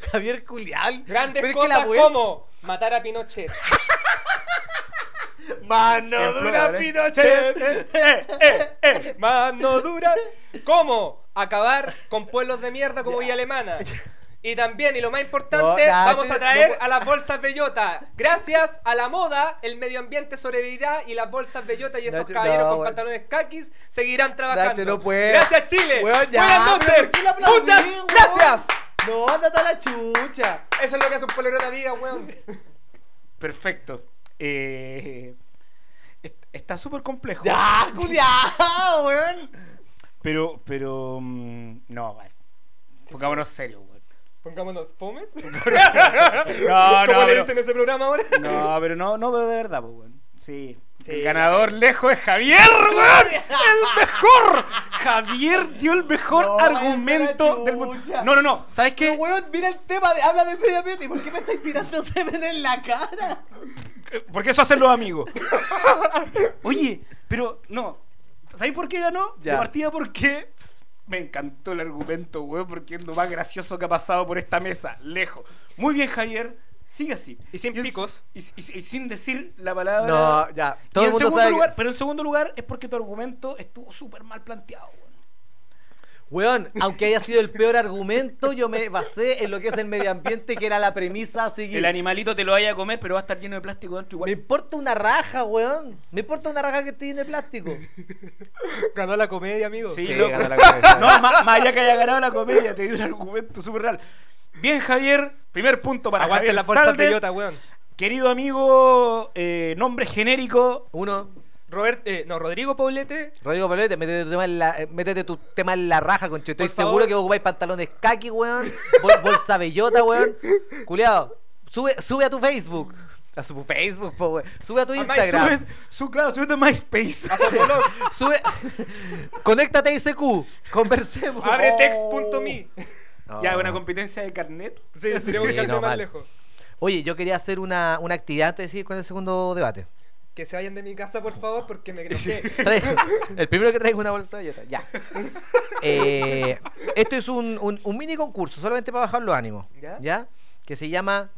Speaker 3: Javier Culial.
Speaker 1: Grandes
Speaker 3: Pero es que
Speaker 1: cosas
Speaker 3: la vuel-
Speaker 1: como matar a Pinochet.
Speaker 3: Mano
Speaker 4: Ejemplo,
Speaker 3: dura
Speaker 4: ¿vale?
Speaker 3: Pinochet.
Speaker 1: Mano dura. ¿Cómo? Acabar con pueblos de mierda como Villa Alemana. Y también, y lo más importante,
Speaker 3: No, nah,
Speaker 1: vamos
Speaker 3: yo
Speaker 1: a
Speaker 3: no
Speaker 1: traer
Speaker 3: puedo-
Speaker 1: a las bolsas bellota. Gracias a la moda, el medio ambiente sobrevivirá y las bolsas bellota y esos
Speaker 3: Nacho,
Speaker 1: caballeros
Speaker 3: no,
Speaker 1: con
Speaker 3: weón.
Speaker 1: pantalones caquis seguirán trabajando.
Speaker 3: Nacho, no puedo.
Speaker 1: Gracias, Chile.
Speaker 3: Weón, ya,
Speaker 1: Buenas noches.
Speaker 3: pero sí le aplaudí,
Speaker 1: Muchas
Speaker 3: weón.
Speaker 1: gracias.
Speaker 3: No, andate a la chucha.
Speaker 1: Eso es lo que hace un polerón de vida, weón.
Speaker 4: Perfecto. Eh, est- está súper complejo.
Speaker 3: Ya, culiao, weón.
Speaker 4: Pero, pero. mm, no, vale. Pongámonos serios, weón.
Speaker 1: Pongámonos fomes.
Speaker 4: No,
Speaker 1: ¿Cómo
Speaker 4: no,
Speaker 1: le
Speaker 4: pero,
Speaker 1: dicen en ese programa ahora?
Speaker 4: no, pero no, no, pero de verdad, pues, weón. Sí.
Speaker 1: Sí. eh.
Speaker 4: El ganador lejos es Javier, weón. El mejor. Javier dio el mejor
Speaker 3: No, vaya
Speaker 4: argumento
Speaker 3: la
Speaker 4: del mundo.
Speaker 3: chucha.
Speaker 4: No, no, no. ¿Sabes
Speaker 3: Que
Speaker 4: qué?
Speaker 3: weón, mira el tema, de, habla del medio ambiente. ¿Y por qué me estáis tirando semen en la cara?
Speaker 4: Porque eso hacen los amigos. Oye, pero no. ¿Sabéis por qué ganó?
Speaker 3: Ya.
Speaker 4: De partida porque me encantó el argumento, weón, porque es lo más gracioso que ha pasado por esta mesa, lejos. Muy bien, Javier. Sigue así.
Speaker 1: Y sin
Speaker 4: en-
Speaker 1: picos.
Speaker 4: Y, y- y sin decir la palabra.
Speaker 3: ya.
Speaker 4: Y en segundo lugar- Pero en segundo lugar es porque tu argumento estuvo súper mal planteado, weón.
Speaker 3: Weón, aunque haya sido el peor argumento, yo me basé en lo que es el medio ambiente, que era la premisa a seguir.
Speaker 4: El animalito te lo vaya a comer, pero va a estar lleno de plástico dentro
Speaker 3: Me
Speaker 4: igual.
Speaker 3: importa una raja, weón. Me importa una raja que esté llena de plástico.
Speaker 1: Ganó la comedia, amigo.
Speaker 4: Sí, loco. No, más, más allá que haya ganado la comedia, te dio un argumento súper real. Bien, Javier. Primer punto para
Speaker 1: Aguante
Speaker 4: Javier
Speaker 1: la bolsa
Speaker 4: Saldes.
Speaker 1: bellota, weón.
Speaker 4: Querido amigo, eh, nombre genérico.
Speaker 3: Uno,
Speaker 1: Robert, eh, no, Rodrigo Paulete.
Speaker 3: Rodrigo Palolete, métete tu tema en la, eh, métete tu tema en la raja, conche. Estoy
Speaker 1: Por
Speaker 3: seguro
Speaker 1: favor.
Speaker 3: que vos ocupáis pantalones kaki, weón. bol- bolsa bellota, weón. Culeado, sube, sube a tu Facebook. A su Facebook, po, weón. Sube a tu
Speaker 1: A my-
Speaker 3: Instagram.
Speaker 4: Subes- su, claro, subete a MySpace.
Speaker 3: Sube. Conéctate a ICQ. Conversemos. Ah.
Speaker 1: Abre
Speaker 4: Oh.
Speaker 1: text.me.
Speaker 4: Ya, una competencia de carnet.
Speaker 1: Sí, tenemos que
Speaker 3: Sí,
Speaker 1: ir
Speaker 3: no,
Speaker 1: más
Speaker 3: mal.
Speaker 1: lejos.
Speaker 3: Oye, yo quería hacer una, una actividad antes de seguir con el segundo debate.
Speaker 1: Que se vayan de mi casa, por favor, porque me creo que.
Speaker 3: Trae- el primero que traigo es una bolsa de bellota. Ya. Eh, esto es un, un- un mini concurso, solamente para bajar los ánimos.
Speaker 1: ¿Ya?
Speaker 3: ¿Ya? Que se llama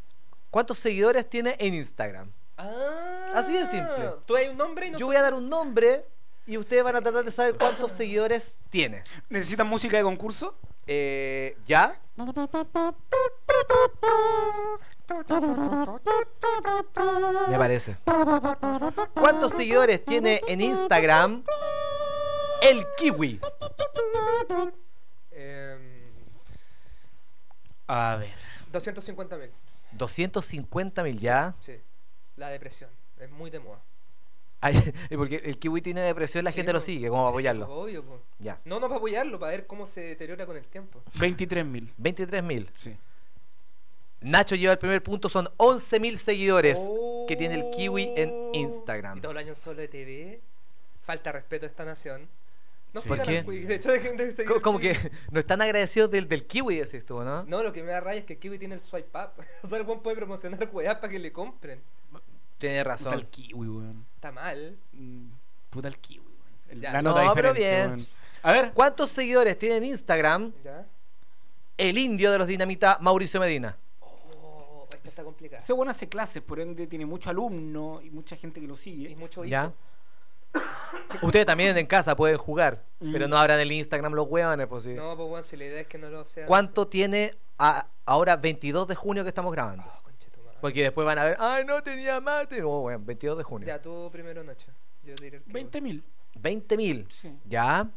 Speaker 3: ¿Cuántos seguidores tiene en Instagram?
Speaker 1: Ah,
Speaker 3: Así de simple.
Speaker 1: Tú hay un nombre y no
Speaker 3: Yo voy a dar un nombre y ustedes van a tratar de saber cuántos seguidores tiene.
Speaker 4: ¿Necesitan música de concurso?
Speaker 3: Eh, ¿Ya? Me parece. ¿Cuántos seguidores tiene en Instagram el kiwi?
Speaker 1: Em,
Speaker 4: A ver.
Speaker 1: 250 mil.
Speaker 3: 250 mil ya.
Speaker 1: Sí. La depresión. Es muy de moda.
Speaker 3: Ay, y porque el kiwi tiene depresión, la
Speaker 1: Sí,
Speaker 3: gente lo
Speaker 1: po.
Speaker 3: sigue, como
Speaker 1: Sí,
Speaker 3: para apoyarlo.
Speaker 1: Obvio, po.
Speaker 3: Ya.
Speaker 1: No, no para apoyarlo, para ver cómo se deteriora con el tiempo.
Speaker 4: 23.000.
Speaker 3: 23 mil.
Speaker 4: Sí.
Speaker 3: Nacho lleva el primer punto, son 11.000 seguidores que tiene el Kiwi
Speaker 1: Oh.
Speaker 3: en
Speaker 1: Y
Speaker 3: Instagram.
Speaker 1: todo el año en solo de TV. Falta respeto a esta nación. No
Speaker 4: Sí.
Speaker 1: sigan
Speaker 3: ¿Por qué?
Speaker 1: al Kiwi. De hecho, dejen de seguir
Speaker 3: Co-
Speaker 1: al
Speaker 3: Como
Speaker 1: Kiwi.
Speaker 3: que no están agradecidos del, del Kiwi, decís tú, ¿no?
Speaker 1: No, lo que me da raya es que Kiwi tiene el swipe up. O sea, el buen puede promocionar weas para que le compren.
Speaker 3: Tienes
Speaker 4: Puta el kiwi, weón.
Speaker 1: Está mal.
Speaker 4: Mm, Puta el kiwi, weón.
Speaker 1: Ya,
Speaker 4: La
Speaker 3: no,
Speaker 4: nota
Speaker 3: pero
Speaker 4: diferente,
Speaker 3: bien.
Speaker 4: weón. A ver,
Speaker 3: ¿Cuántos seguidores tiene en Instagram
Speaker 1: ¿Ya?
Speaker 3: el indio de los Dinamita, Mauricio Medina?
Speaker 1: Oh, esto está complicado.
Speaker 4: ese weón hace clases, por ende tiene mucho alumno y mucha gente que lo
Speaker 1: Y
Speaker 4: sigue.
Speaker 1: mucho
Speaker 3: ¿Ya?
Speaker 1: hijo.
Speaker 3: Ustedes también en casa pueden jugar,
Speaker 4: Mm.
Speaker 3: pero no abran el Instagram los hueones, pues sí.
Speaker 1: No, pues bueno, si la idea es que no lo sea.
Speaker 3: ¿Cuánto tiene a- ahora 22 de junio que estamos grabando?
Speaker 1: Oh, conchetumare.
Speaker 3: Porque después van a ver, ay, no tenía más. ten-". Oh, bueno, 22 de junio.
Speaker 1: Ya, tú primero, Nacho. Yo diré el que
Speaker 4: 20 mil.
Speaker 3: 20.000.
Speaker 4: Sí.
Speaker 3: Ya.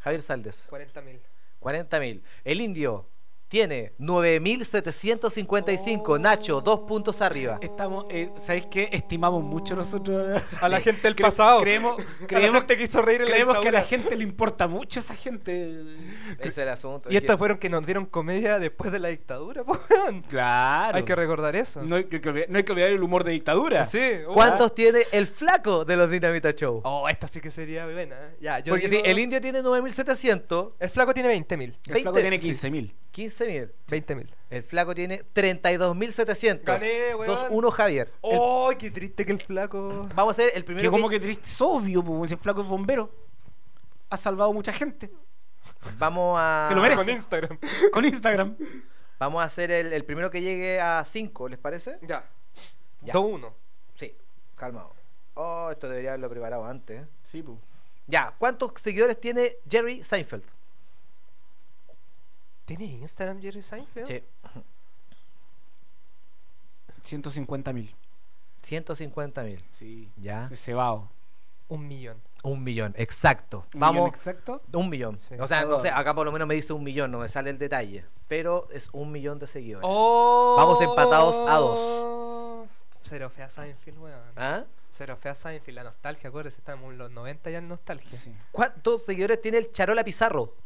Speaker 3: Javier Saldes,
Speaker 1: 40 mil.
Speaker 3: 40.000. El indio tiene 9.755.
Speaker 1: Oh.
Speaker 3: Nacho, dos puntos arriba.
Speaker 4: Estamos, eh, ¿sabéis qué? Estimamos mucho nosotros a la
Speaker 3: Oh. Sí.
Speaker 4: gente del pasado. Creemos, creemos, que quiso reír creemos que a la gente le importa mucho esa gente.
Speaker 3: Ese es el asunto.
Speaker 1: Y estos fueron que nos dieron comedia después de la dictadura, pues weón.
Speaker 4: Claro.
Speaker 1: Hay que recordar eso.
Speaker 4: no, hay que, olvidar- no hay que olvidar el humor de dictadura.
Speaker 1: Sí, uh.
Speaker 3: ¿Cuántos tiene el flaco de los Dinamita Show?
Speaker 1: Oh, esta sí que sería buena. ¿eh? Ya, yo
Speaker 3: Porque
Speaker 1: digo-
Speaker 3: si el indio tiene 9.700,
Speaker 1: El flaco tiene 20 mil.
Speaker 4: El
Speaker 3: 20,
Speaker 4: flaco tiene
Speaker 3: sí.
Speaker 4: 15 mil.
Speaker 3: 15.000.
Speaker 1: 20 mil.
Speaker 3: El flaco tiene 32.700.
Speaker 1: Gané, weón.
Speaker 3: 2-1 Javier. El-
Speaker 1: ¡Oh, qué triste que el flaco!
Speaker 3: Vamos a hacer el primero.
Speaker 4: Que como que triste, es obvio, po, ese flaco es bombero. Ha salvado mucha gente.
Speaker 3: Vamos a.
Speaker 4: Se lo merece.
Speaker 1: Con Instagram.
Speaker 4: Con Instagram.
Speaker 3: Vamos a hacer el, el primero que llegue a 5, ¿les parece?
Speaker 1: Ya.
Speaker 3: Ya.
Speaker 1: 2-1.
Speaker 3: Sí, calmado. Oh, esto debería haberlo preparado antes. ¿eh?
Speaker 4: Sí, pues.
Speaker 3: Ya, ¿cuántos seguidores tiene Jerry Seinfeld?
Speaker 1: ¿Tiene Instagram Jerry Seinfeld?
Speaker 3: Sí,
Speaker 4: 150 mil.
Speaker 3: 150 mil.
Speaker 4: Sí.
Speaker 3: Ya,
Speaker 4: Cebado.
Speaker 1: Un millón.
Speaker 3: un millón, exacto.
Speaker 4: Un
Speaker 3: Vamos,
Speaker 4: millón Exacto.
Speaker 3: un millón.
Speaker 1: Sí.
Speaker 3: O sea, no sé, acá por lo menos me dice un millón, no me sale el detalle. Pero es un millón de seguidores.
Speaker 1: ¡Oh!
Speaker 3: Vamos empatados a dos.
Speaker 1: Cero fea Seinfeld, weón.
Speaker 3: ¿Ah?
Speaker 1: Cero fea Seinfeld, la nostalgia, acuérdese, estamos en los 90 ya en nostalgia.
Speaker 4: Sí.
Speaker 3: ¿Cuántos seguidores tiene el Charola Pizarro?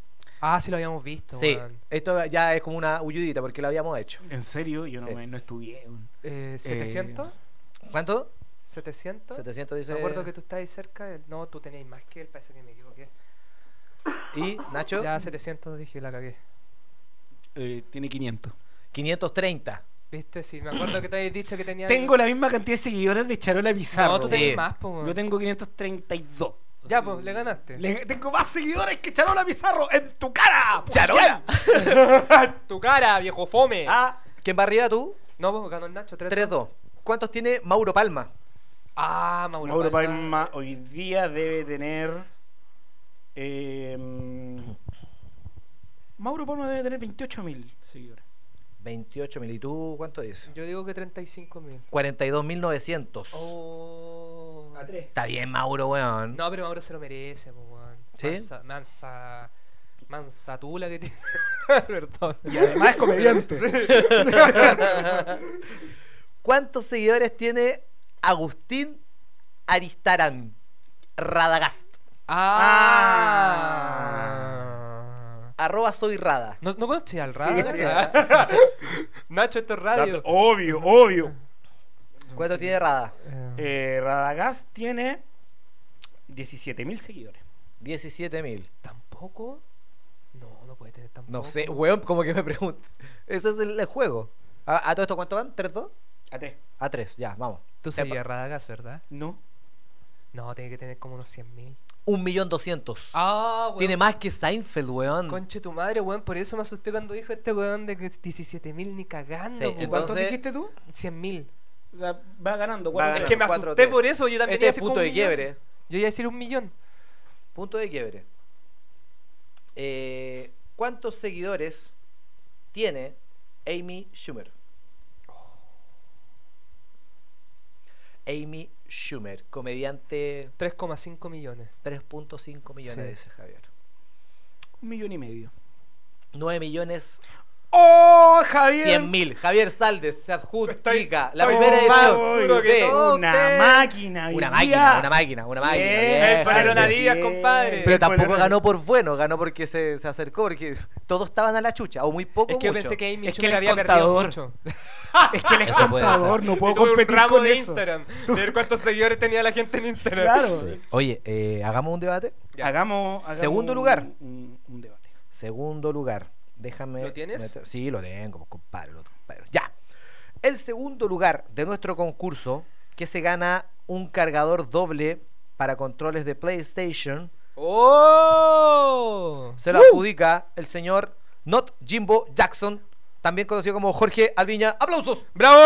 Speaker 1: Ah, sí lo habíamos visto,
Speaker 3: Sí,
Speaker 1: weón.
Speaker 3: esto ya es como una huyudita porque lo habíamos hecho.
Speaker 4: En serio, yo no,
Speaker 3: Sí.
Speaker 4: me- no estudié. weón.
Speaker 1: Eh, ¿700?
Speaker 3: ¿Cuánto?
Speaker 1: ¿700?
Speaker 3: 700 dice.
Speaker 1: Me acuerdo que tú estabas ahí cerca. de- No, tú tenías más que él, parece que me equivoqué.
Speaker 3: ¿Y Nacho?
Speaker 1: Ya 700 dije, la cagué.
Speaker 4: Eh, tiene 500.
Speaker 3: 530.
Speaker 1: Viste, sí, me acuerdo que te habías dicho que tenía.
Speaker 4: Tengo la misma cantidad de seguidores de Charola Pizarro.
Speaker 1: No, tú
Speaker 3: te-
Speaker 1: tenías
Speaker 3: Sí.
Speaker 1: más, po, weón.
Speaker 4: Yo tengo 532.
Speaker 1: Ya, pues, le ganaste.
Speaker 4: Le- tengo más seguidores que Charola Pizarro en tu cara.
Speaker 3: ¡Charola!
Speaker 1: Tu cara, viejo fome.
Speaker 4: Ah,
Speaker 3: ¿Quién va arriba tú?
Speaker 1: No, pues ganó el Nacho 3.
Speaker 3: 3-2. ¿Cuántos tiene Mauro Palma?
Speaker 1: Ah, Mauro,
Speaker 4: Mauro
Speaker 1: Palma.
Speaker 4: Palma hoy día debe tener. eh, Mauro Palma debe tener 28.000 seguidores.
Speaker 3: 28 mil. ¿Y tú cuánto dices?
Speaker 1: Yo digo que 35 mil.
Speaker 3: 42.900.
Speaker 1: Oh.
Speaker 2: A tres.
Speaker 3: Está bien, Mauro, weón.
Speaker 1: No, pero Mauro se lo merece, pues, weón.
Speaker 3: ¿Sí?
Speaker 1: Mansa, mansa. Mansa tula que tiene. Perdón.
Speaker 4: Y además es comediante.
Speaker 3: ¿Cuántos seguidores tiene Agustín Aristarán? Radagast.
Speaker 1: Ah.
Speaker 3: Arroba soy Rada.
Speaker 1: No, no conocí al radio.
Speaker 4: sí. oh.
Speaker 1: ¿cachai? Nacho, esto es radio.
Speaker 4: obvio, obvio.
Speaker 3: ¿Cuánto tiene Rada?
Speaker 1: Eh,
Speaker 4: Eh, Radagast tiene 17.000 seguidores.
Speaker 3: 17 mil.
Speaker 1: ¿Tampoco? No, no puede tener tampoco.
Speaker 3: No sé, weón, como que me pregunto. Ese es el, el juego. ¿A, a todo esto cuánto van? ¿3-2?
Speaker 4: A tres.
Speaker 3: A 3, ya, vamos.
Speaker 1: Tú
Speaker 3: Epa.
Speaker 1: seguías Radagas, ¿verdad?
Speaker 4: No.
Speaker 1: No, tiene que tener como unos 100.000 mil.
Speaker 3: 1.200.000.
Speaker 1: Ah, weón.
Speaker 3: Tiene más que Seinfeld, weón.
Speaker 1: Conche tu madre, weón. Por eso me asusté cuando dijo este weón de que 17.000 ni cagando.
Speaker 3: Sí,
Speaker 1: weón.
Speaker 3: entonces-
Speaker 4: ¿Cuánto dijiste tú?
Speaker 1: 100.000.
Speaker 4: O sea, va ganando.
Speaker 3: Va
Speaker 4: cuatro-
Speaker 1: Es
Speaker 3: ganando.
Speaker 1: que me
Speaker 3: cuatro,
Speaker 1: asusté
Speaker 3: tres.
Speaker 1: por eso. Yo también
Speaker 3: Este
Speaker 1: iba a
Speaker 3: es
Speaker 1: decir como
Speaker 3: punto
Speaker 1: un
Speaker 3: de
Speaker 1: millón.
Speaker 3: quiebre.
Speaker 1: Yo iba a decir un millón.
Speaker 3: Punto de quiebre. Eh, ¿Cuántos seguidores tiene Amy Schumer? Amy Schumer, comediante
Speaker 1: 3,5 millones.
Speaker 3: 3.5 millones,
Speaker 1: Sí.
Speaker 3: dice Javier.
Speaker 4: Un millón y medio.
Speaker 3: 9 millones
Speaker 4: ¡Oh, Javier! Oh,
Speaker 3: 100.000. Javier Saldes se adjudica la
Speaker 1: estoy
Speaker 3: primera
Speaker 1: bombado,
Speaker 3: edición
Speaker 1: duro que
Speaker 3: de
Speaker 1: todo.
Speaker 4: Una máquina. hoy
Speaker 3: una
Speaker 4: día.
Speaker 3: máquina, una máquina, una máquina.
Speaker 4: Bien,
Speaker 3: bien,
Speaker 1: Me fueron a
Speaker 3: bien.
Speaker 1: Díaz, compadre.
Speaker 3: Pero tampoco
Speaker 4: fueron a-
Speaker 3: ganó por bueno, ganó porque se, se acercó, porque todos estaban a la chucha, o muy poco.
Speaker 1: Es que yo
Speaker 3: mucho.
Speaker 1: pensé que ahí mi
Speaker 4: Es que
Speaker 1: chulo
Speaker 4: él es
Speaker 1: había perdido
Speaker 4: contador.
Speaker 1: mucho.
Speaker 4: Ah, Es que él es
Speaker 3: Eso puede
Speaker 4: contador, no puedo
Speaker 1: Y tuve
Speaker 4: competir
Speaker 1: un ramo
Speaker 4: con
Speaker 1: de
Speaker 4: eso.
Speaker 1: Instagram. De ver cuántos seguidores tenía la gente en Instagram.
Speaker 4: Claro.
Speaker 3: Sí. Oye, eh, hagamos un debate.
Speaker 1: Ya.
Speaker 4: Hagamos, hagamos
Speaker 3: Segundo lugar.
Speaker 4: Un, un debate.
Speaker 3: Segundo lugar, déjame.
Speaker 1: ¿Lo tienes?
Speaker 3: meter- Sí, lo tengo, pues, compadre, lo tengo, compadre. Ya. El segundo lugar de nuestro concurso, que se gana un cargador doble para controles de PlayStation,
Speaker 1: ¡Oh!
Speaker 3: se lo adjudica el señor Not Jimbo Jackson, también conocido como Jorge Alviña. ¡Aplausos!
Speaker 1: ¡Bravo!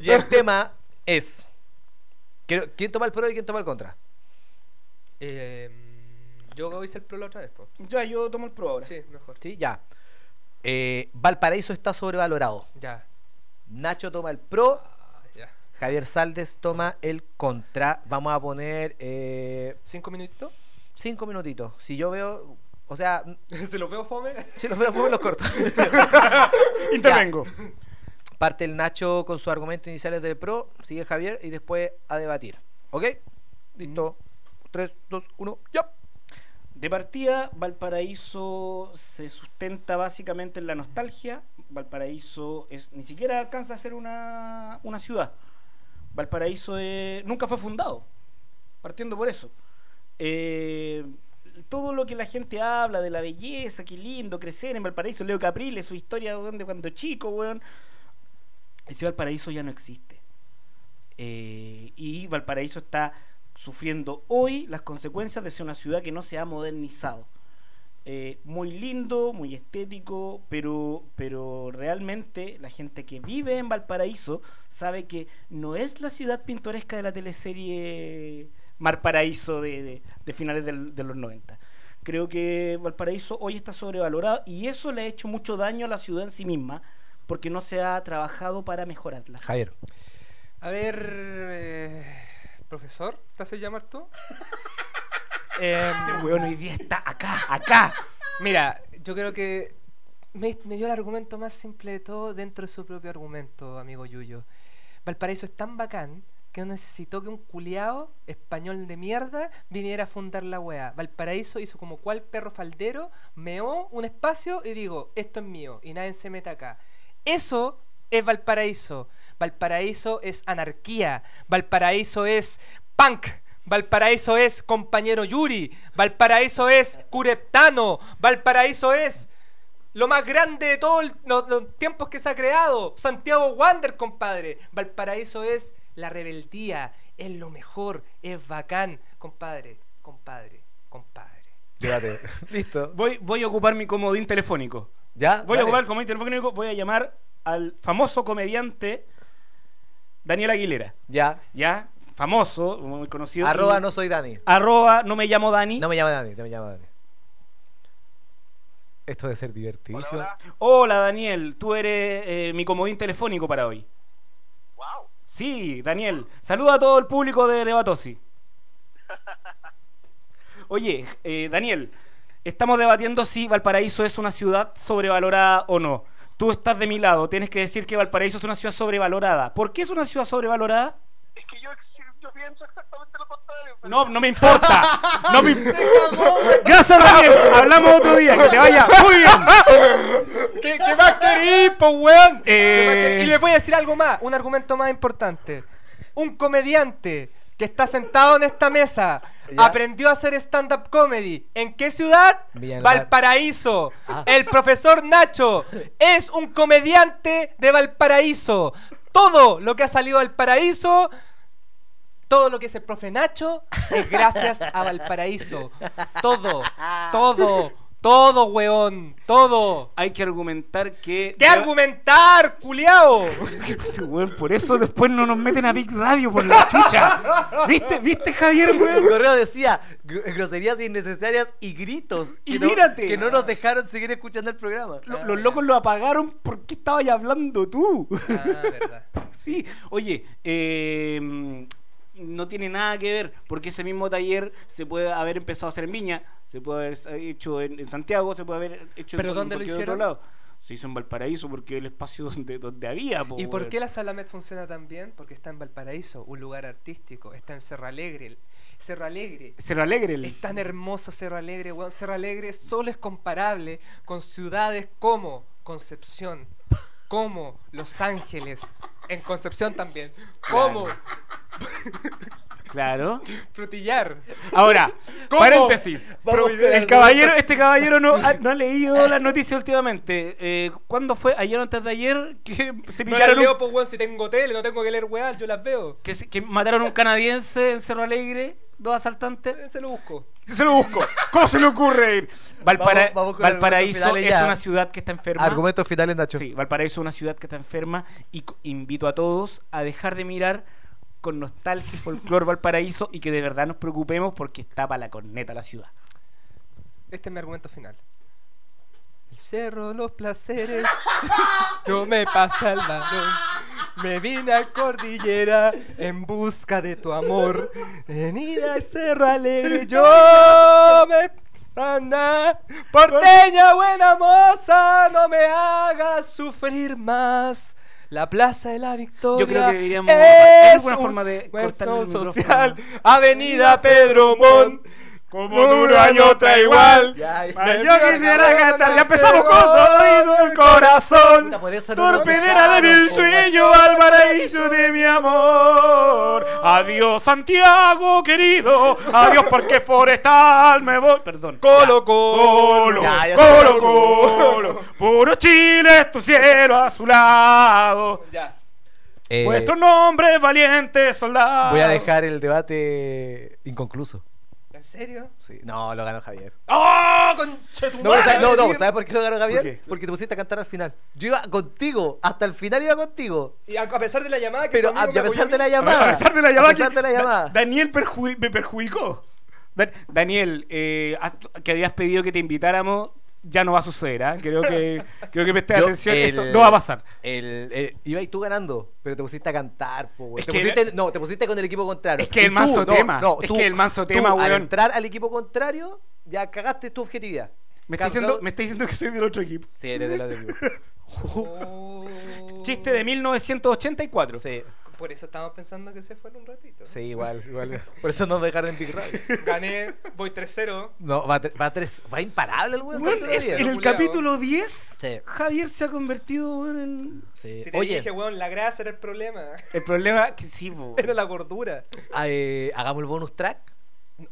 Speaker 3: Y el tema es. Quiero- ¿Quién toma el pro y quién toma el contra?
Speaker 1: Eh, yo hice el pro la otra vez, po.
Speaker 4: Ya, yo tomo el pro ahora.
Speaker 1: Sí, mejor.
Speaker 3: Sí, ya. Eh, Valparaíso está sobrevalorado.
Speaker 1: Ya.
Speaker 3: Nacho toma el pro,
Speaker 1: Ah, ya.
Speaker 3: Javier Saldes toma el contra. Vamos a poner eh,
Speaker 1: ¿Cinco minutitos?
Speaker 3: cinco minutitos. Si yo veo. O sea,
Speaker 1: ¿Se los veo fome?
Speaker 3: si los veo, pues me los corto.
Speaker 4: Intervengo.
Speaker 3: Parte el Nacho con sus argumentos iniciales del pro, sigue Javier y después a debatir. ¿Ok? Listo.
Speaker 4: Mm.
Speaker 3: 3, 2, 1, ya.
Speaker 4: De partida, Valparaíso se sustenta básicamente en la nostalgia. Valparaíso es, ni siquiera alcanza a ser una, una ciudad. Valparaíso eh, nunca fue fundado, partiendo por eso. Eh, todo lo que la gente habla de la belleza, qué lindo crecer en Valparaíso, Leo Capriles, su historia weón, de cuando chico, weón. Ese Valparaíso ya no existe. Eh, y Valparaíso está sufriendo hoy las consecuencias de ser una ciudad que no se ha modernizado. Eh, muy lindo, muy estético, pero, pero realmente la gente que vive en Valparaíso sabe que no es la ciudad pintoresca de la teleserie Mar Paraíso de, de- de finales del- de los 90. Creo que Valparaíso hoy está sobrevalorado y eso le ha hecho mucho daño a la ciudad en sí misma porque no se ha trabajado para mejorarla.
Speaker 3: Javier.
Speaker 1: A ver, eh, profesor, ¿te haces llamar tú?
Speaker 4: Este weón hoy día está acá, acá.
Speaker 1: Mira, yo creo que me, me dio el argumento más simple de todo dentro de su propio argumento, amigo Yuyo. Valparaíso es tan bacán que no necesitó que un culiao español de mierda viniera a fundar la weá. Valparaíso hizo como cual perro faldero, meó un espacio y digo, esto es mío y nadie se meta acá. Eso es Valparaíso. Valparaíso es anarquía. Valparaíso es punk. Valparaíso es compañero Yuri. Valparaíso es cureptano. Valparaíso es lo más grande de todos los, tiempos que se ha creado. Santiago Wander, compadre. Valparaíso es la rebeldía. Es lo mejor. Es bacán. Compadre, compadre, compadre.
Speaker 3: Debate. Listo.
Speaker 4: Voy, voy a ocupar mi comodín telefónico.
Speaker 3: ¿Ya?
Speaker 4: Voy
Speaker 3: Dale.
Speaker 4: a ocupar el comodín telefónico, voy a llamar al famoso comediante Daniel Aguilera.
Speaker 3: Ya.
Speaker 4: ¿Ya? Famoso, muy conocido.
Speaker 3: Arroba
Speaker 4: Y-
Speaker 3: no soy Dani.
Speaker 4: Arroba no me llamo Dani.
Speaker 3: No me llama Dani, no me llama Dani. Esto debe ser divertidísimo.
Speaker 4: Hola Daniel, tú eres eh, mi comodín telefónico para hoy.
Speaker 5: Wow,
Speaker 4: Sí, Daniel. Saluda a todo el público de Debatosi. Oye, eh, Daniel, estamos debatiendo si Valparaíso es una ciudad sobrevalorada o no. Tú estás de mi lado, tienes que decir que Valparaíso es una ciudad sobrevalorada. ¿Por qué es una ciudad sobrevalorada?
Speaker 5: es que yo, yo pienso exactamente lo contrario. pero-
Speaker 4: No, no me importa. No me... Gracias, Daniel. Hablamos otro día. Que te vaya muy bien.
Speaker 1: ¿Qué, qué más querís, po, weón?
Speaker 4: Eh.
Speaker 1: ¿Qué más querís? Y les voy a decir algo más, un argumento más importante. Un comediante que está sentado en esta mesa
Speaker 3: Ya.
Speaker 1: aprendió a hacer stand-up comedy. ¿En qué ciudad?
Speaker 3: Villa del Mar.
Speaker 1: Valparaíso. El profesor Nacho es un comediante de Valparaíso. Todo lo que ha salido de Valparaíso, todo lo que es el profe Nacho, es gracias a Valparaíso. Todo, todo, todo, weón, todo.
Speaker 4: Hay que argumentar que.
Speaker 1: ¿Qué argumentar, culiao?
Speaker 4: Weón, por eso después no nos meten a Big Radio por la chucha. ¿Viste, ¿Viste Javier,
Speaker 3: El
Speaker 4: weón?
Speaker 3: correo decía gr- groserías innecesarias y gritos
Speaker 4: Y
Speaker 3: que, no,
Speaker 4: mírate.
Speaker 3: que no nos dejaron seguir escuchando el programa.
Speaker 4: Lo- los locos lo apagaron porque estabas hablando tú.
Speaker 1: Ah, verdad.
Speaker 4: Sí. Oye, eh, no tiene nada que ver, porque ese mismo taller se puede haber empezado a hacer en Viña, se puede haber hecho en, en Santiago, se puede haber hecho
Speaker 1: ¿Pero
Speaker 4: en
Speaker 1: dónde lo
Speaker 4: cualquier otro
Speaker 1: hicieron?
Speaker 4: lado. Se hizo en Valparaíso porque era el espacio donde, donde había. po,
Speaker 1: ¿Y por
Speaker 4: weón.
Speaker 1: qué la Salamet funciona tan bien? Porque está en Valparaíso, un lugar artístico. Está en Serra Alegre. Serra Alegre.
Speaker 4: Cerro Alegre. el-
Speaker 1: Es tan hermoso Cerro Alegre, weón. Cerro Alegre solo es comparable con ciudades como Concepción, como Los Ángeles, en Concepción también, como
Speaker 4: Claro.
Speaker 1: Frutillar.
Speaker 4: Ahora,
Speaker 1: ¿Cómo?
Speaker 4: paréntesis.
Speaker 3: Vamos,
Speaker 4: Pero
Speaker 3: Pedro.
Speaker 4: El caballero, este caballero no ha, no ha leído las noticias últimamente. Eh, ¿Cuándo fue? ¿Ayer o antes de ayer? Que se
Speaker 1: No las
Speaker 4: pillaron
Speaker 1: leo, pues, weón, si tengo tele, no tengo que leer weá, yo las veo.
Speaker 4: que, se- que mataron a un canadiense en Cerro Alegre, dos asaltantes.
Speaker 1: Eh, Se lo busco.
Speaker 4: Se lo busco. ¿Cómo se le ocurre ir? Valpara-
Speaker 3: Vamos- vamos con
Speaker 4: Valparaíso
Speaker 3: argumentos finales
Speaker 4: es
Speaker 3: ya.
Speaker 4: una ciudad que está enferma.
Speaker 3: Argumentos finales, Nacho.
Speaker 4: Sí, Valparaíso es una ciudad que está enferma y co- invito a todos a dejar de mirar con nostalgia el folclor Valparaíso y que de verdad nos preocupemos porque está para la corneta la ciudad.
Speaker 1: Este es mi argumento final. El cerro, los placeres. Yo me pasé al varón. Me vine a cordillera en busca de tu amor. Venida al cerro alegre, yo me. Anda, porteña buena moza, no me hagas sufrir más. La Plaza de la Victoria
Speaker 4: deberíamos- ¿hay
Speaker 1: es
Speaker 4: alguna
Speaker 1: un
Speaker 4: forma de
Speaker 1: encuentro
Speaker 4: cortarle el micrófono?
Speaker 1: social. Avenida Pedro Montt.
Speaker 4: Como
Speaker 1: duro año otra igual.
Speaker 3: Ya, ya.
Speaker 1: Ay, yo quisiera cantar. Ya empezamos con
Speaker 4: sonido del corazón.
Speaker 3: Puta, por eso no nos
Speaker 4: Torpedera de
Speaker 3: dejaron,
Speaker 4: mi
Speaker 3: po,
Speaker 4: sueño, Valparaíso de mi amor. Adiós, Santiago querido. Adiós, porque forestal me voy. Perdón.
Speaker 1: Colo,
Speaker 4: Colo,
Speaker 3: Ya, ya
Speaker 4: colo,
Speaker 3: se
Speaker 4: colo. Puro Chile es tu cielo azulado.
Speaker 1: Ya.
Speaker 3: Eh,
Speaker 4: Vuestro nombre es valiente soldado.
Speaker 3: voy a dejar el debate inconcluso.
Speaker 1: ¿En serio?
Speaker 3: Sí. No, lo ganó Javier.
Speaker 4: ¡Ah,
Speaker 1: ¡Oh, conche tu
Speaker 3: No,
Speaker 1: madre!
Speaker 3: ¿sabes, no, no,
Speaker 1: Decir-
Speaker 3: ¿sabes por qué lo ganó Javier?
Speaker 4: ¿Por qué?
Speaker 3: Porque te pusiste a cantar al final. Yo iba contigo, hasta el final iba contigo.
Speaker 1: Y a, a pesar de la llamada que
Speaker 3: Pero
Speaker 1: su
Speaker 3: a,
Speaker 1: amigo
Speaker 3: y a
Speaker 1: me
Speaker 3: pesar
Speaker 1: apoyó
Speaker 3: de la
Speaker 1: a mí-
Speaker 3: llamada.
Speaker 4: A pesar de la llamada.
Speaker 3: a pesar
Speaker 4: que-
Speaker 3: de la
Speaker 4: Da-
Speaker 3: llamada.
Speaker 4: Daniel perju- me perjudicó. Dan- Daniel, eh, haz- que habías pedido que te invitáramos, ya no va a suceder. ¿ah? Creo que creo que presté
Speaker 3: Yo-
Speaker 4: atención.
Speaker 3: el-
Speaker 4: Esto no va a pasar.
Speaker 3: El, el- iba y tú ganando, pero te pusiste a cantar, po, weón.
Speaker 4: Es
Speaker 3: Te
Speaker 4: que-
Speaker 3: pusiste- No, te pusiste con el equipo contrario.
Speaker 4: Es que
Speaker 3: Y
Speaker 4: el manso
Speaker 3: tú, no,
Speaker 4: tema,
Speaker 3: No,
Speaker 4: es
Speaker 3: tú-
Speaker 4: que el manso
Speaker 3: tú,
Speaker 4: tema,
Speaker 3: Al
Speaker 4: weón.
Speaker 3: entrar al equipo contrario, ya cagaste tu objetividad.
Speaker 4: Me está,
Speaker 3: Cargado-
Speaker 4: diciendo, me está diciendo que soy del otro equipo.
Speaker 3: Sí, eres de los del equipo.
Speaker 1: Oh.
Speaker 4: Chiste de 1984.
Speaker 3: Sí,
Speaker 1: Por eso estábamos pensando que se fuera un ratito.
Speaker 3: sí, igual, igual. Por eso nos dejaron en Big Radio.
Speaker 1: Gané, voy 3-0.
Speaker 3: No, va, a tre- va, a tres, va imparable el weón.
Speaker 4: Weón,
Speaker 3: contra
Speaker 4: es-
Speaker 3: Javier.
Speaker 4: en el
Speaker 1: Culeado.
Speaker 4: capítulo 10,
Speaker 3: Sí.
Speaker 4: Javier se ha convertido weón, en.
Speaker 3: Sí.
Speaker 1: Si te
Speaker 3: Eh, Oye,
Speaker 1: dije, weón, la grasa era el problema.
Speaker 4: El problema que sí, po.
Speaker 1: Era la gordura.
Speaker 3: ah, eh, hagamos el bonus track.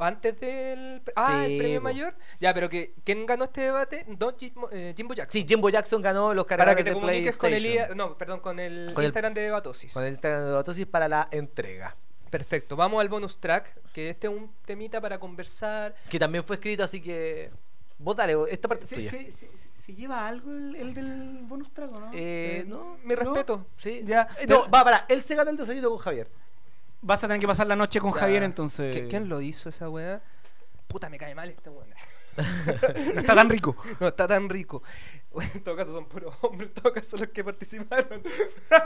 Speaker 1: Antes del. pre- Ah,
Speaker 3: Sí,
Speaker 1: el premio
Speaker 3: po.
Speaker 1: mayor. Ya, pero que, ¿quién ganó este debate? No, Jimbo, eh, Jimbo Jackson.
Speaker 3: Sí, Jimbo Jackson ganó los
Speaker 1: Para
Speaker 3: cargadores
Speaker 1: que te
Speaker 3: de
Speaker 1: comuniques con el,
Speaker 3: PlayStation.
Speaker 1: IA no, perdón, con el
Speaker 3: Con el-
Speaker 1: Instagram de Batosis.
Speaker 3: Con el Instagram de Batosis para la entrega.
Speaker 1: Perfecto, vamos al bonus track, que este es un temita para conversar.
Speaker 3: Que también fue escrito, así que. Vos dale, vos, esta parte es
Speaker 4: ¿Se,
Speaker 3: tuya.
Speaker 4: se- se- se lleva algo el, el del bonus trago, no?
Speaker 3: Eh,
Speaker 1: no, mi respeto.
Speaker 3: Sí.
Speaker 4: Ya.
Speaker 3: Eh, No, va, para. Él se gana el desayuno con Javier. Eh,
Speaker 4: Vas a tener que pasar la noche con
Speaker 1: Ya.
Speaker 4: Javier entonces.
Speaker 1: ¿Qui- ¿Quién lo hizo esa weá? Puta, me cae mal este weón.
Speaker 4: No está tan rico.
Speaker 1: No, está tan rico. Bueno, en todo caso son puros hombres, en todo caso los que participaron.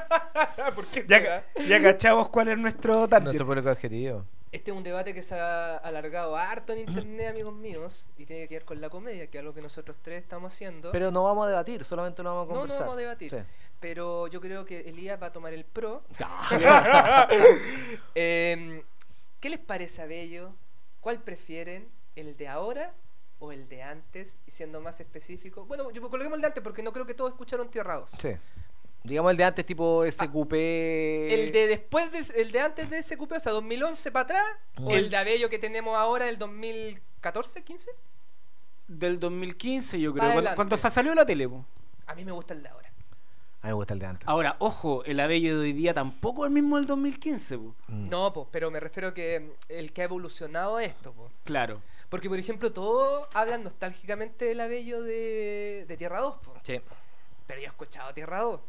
Speaker 1: ¿Por qué
Speaker 4: Ya,
Speaker 1: será?
Speaker 4: ca- ya cachamos cuál es nuestro target.
Speaker 3: público objetivo.
Speaker 1: Este es un debate que se ha alargado harto en internet, amigos míos, y tiene que ver con la comedia, que es algo que nosotros tres estamos haciendo.
Speaker 3: Pero no vamos a debatir, solamente lo vamos a
Speaker 1: no, no
Speaker 3: conversar.
Speaker 1: vamos a debatir. Pero yo creo que Elías va a tomar el pro. Em, ¿Qué les parece a Bello? ¿Cuál prefieren? ¿El de ahora o el de antes? Y siendo más específico. Bueno, yo coloquemos el de antes porque no creo que todos escucharon Tierrados.
Speaker 3: Sí. Digamos el de antes, tipo ese coupé.
Speaker 1: Ah, El de después de, el de antes de ese cupé, o sea, 2011 para atrás, o
Speaker 3: Mm.
Speaker 1: el de Abello que tenemos ahora, el 2014, 15?
Speaker 4: Del 2015, yo creo.
Speaker 1: Adelante.
Speaker 4: Cuando, cuando se salió la tele. po.
Speaker 1: A mí me gusta el de ahora.
Speaker 3: A mí me gusta el de antes.
Speaker 1: Ah,
Speaker 4: Ahora, ojo, el abello de hoy día tampoco es el mismo del 2015. po.
Speaker 3: Mm.
Speaker 1: No, pues, pero me refiero que mm, el que ha evolucionado esto, pues.
Speaker 4: Claro.
Speaker 1: Porque, por ejemplo, todos hablan nostálgicamente del Abello de, de Tierra 2, po.
Speaker 3: Sí.
Speaker 1: pero yo he escuchado Tierra 2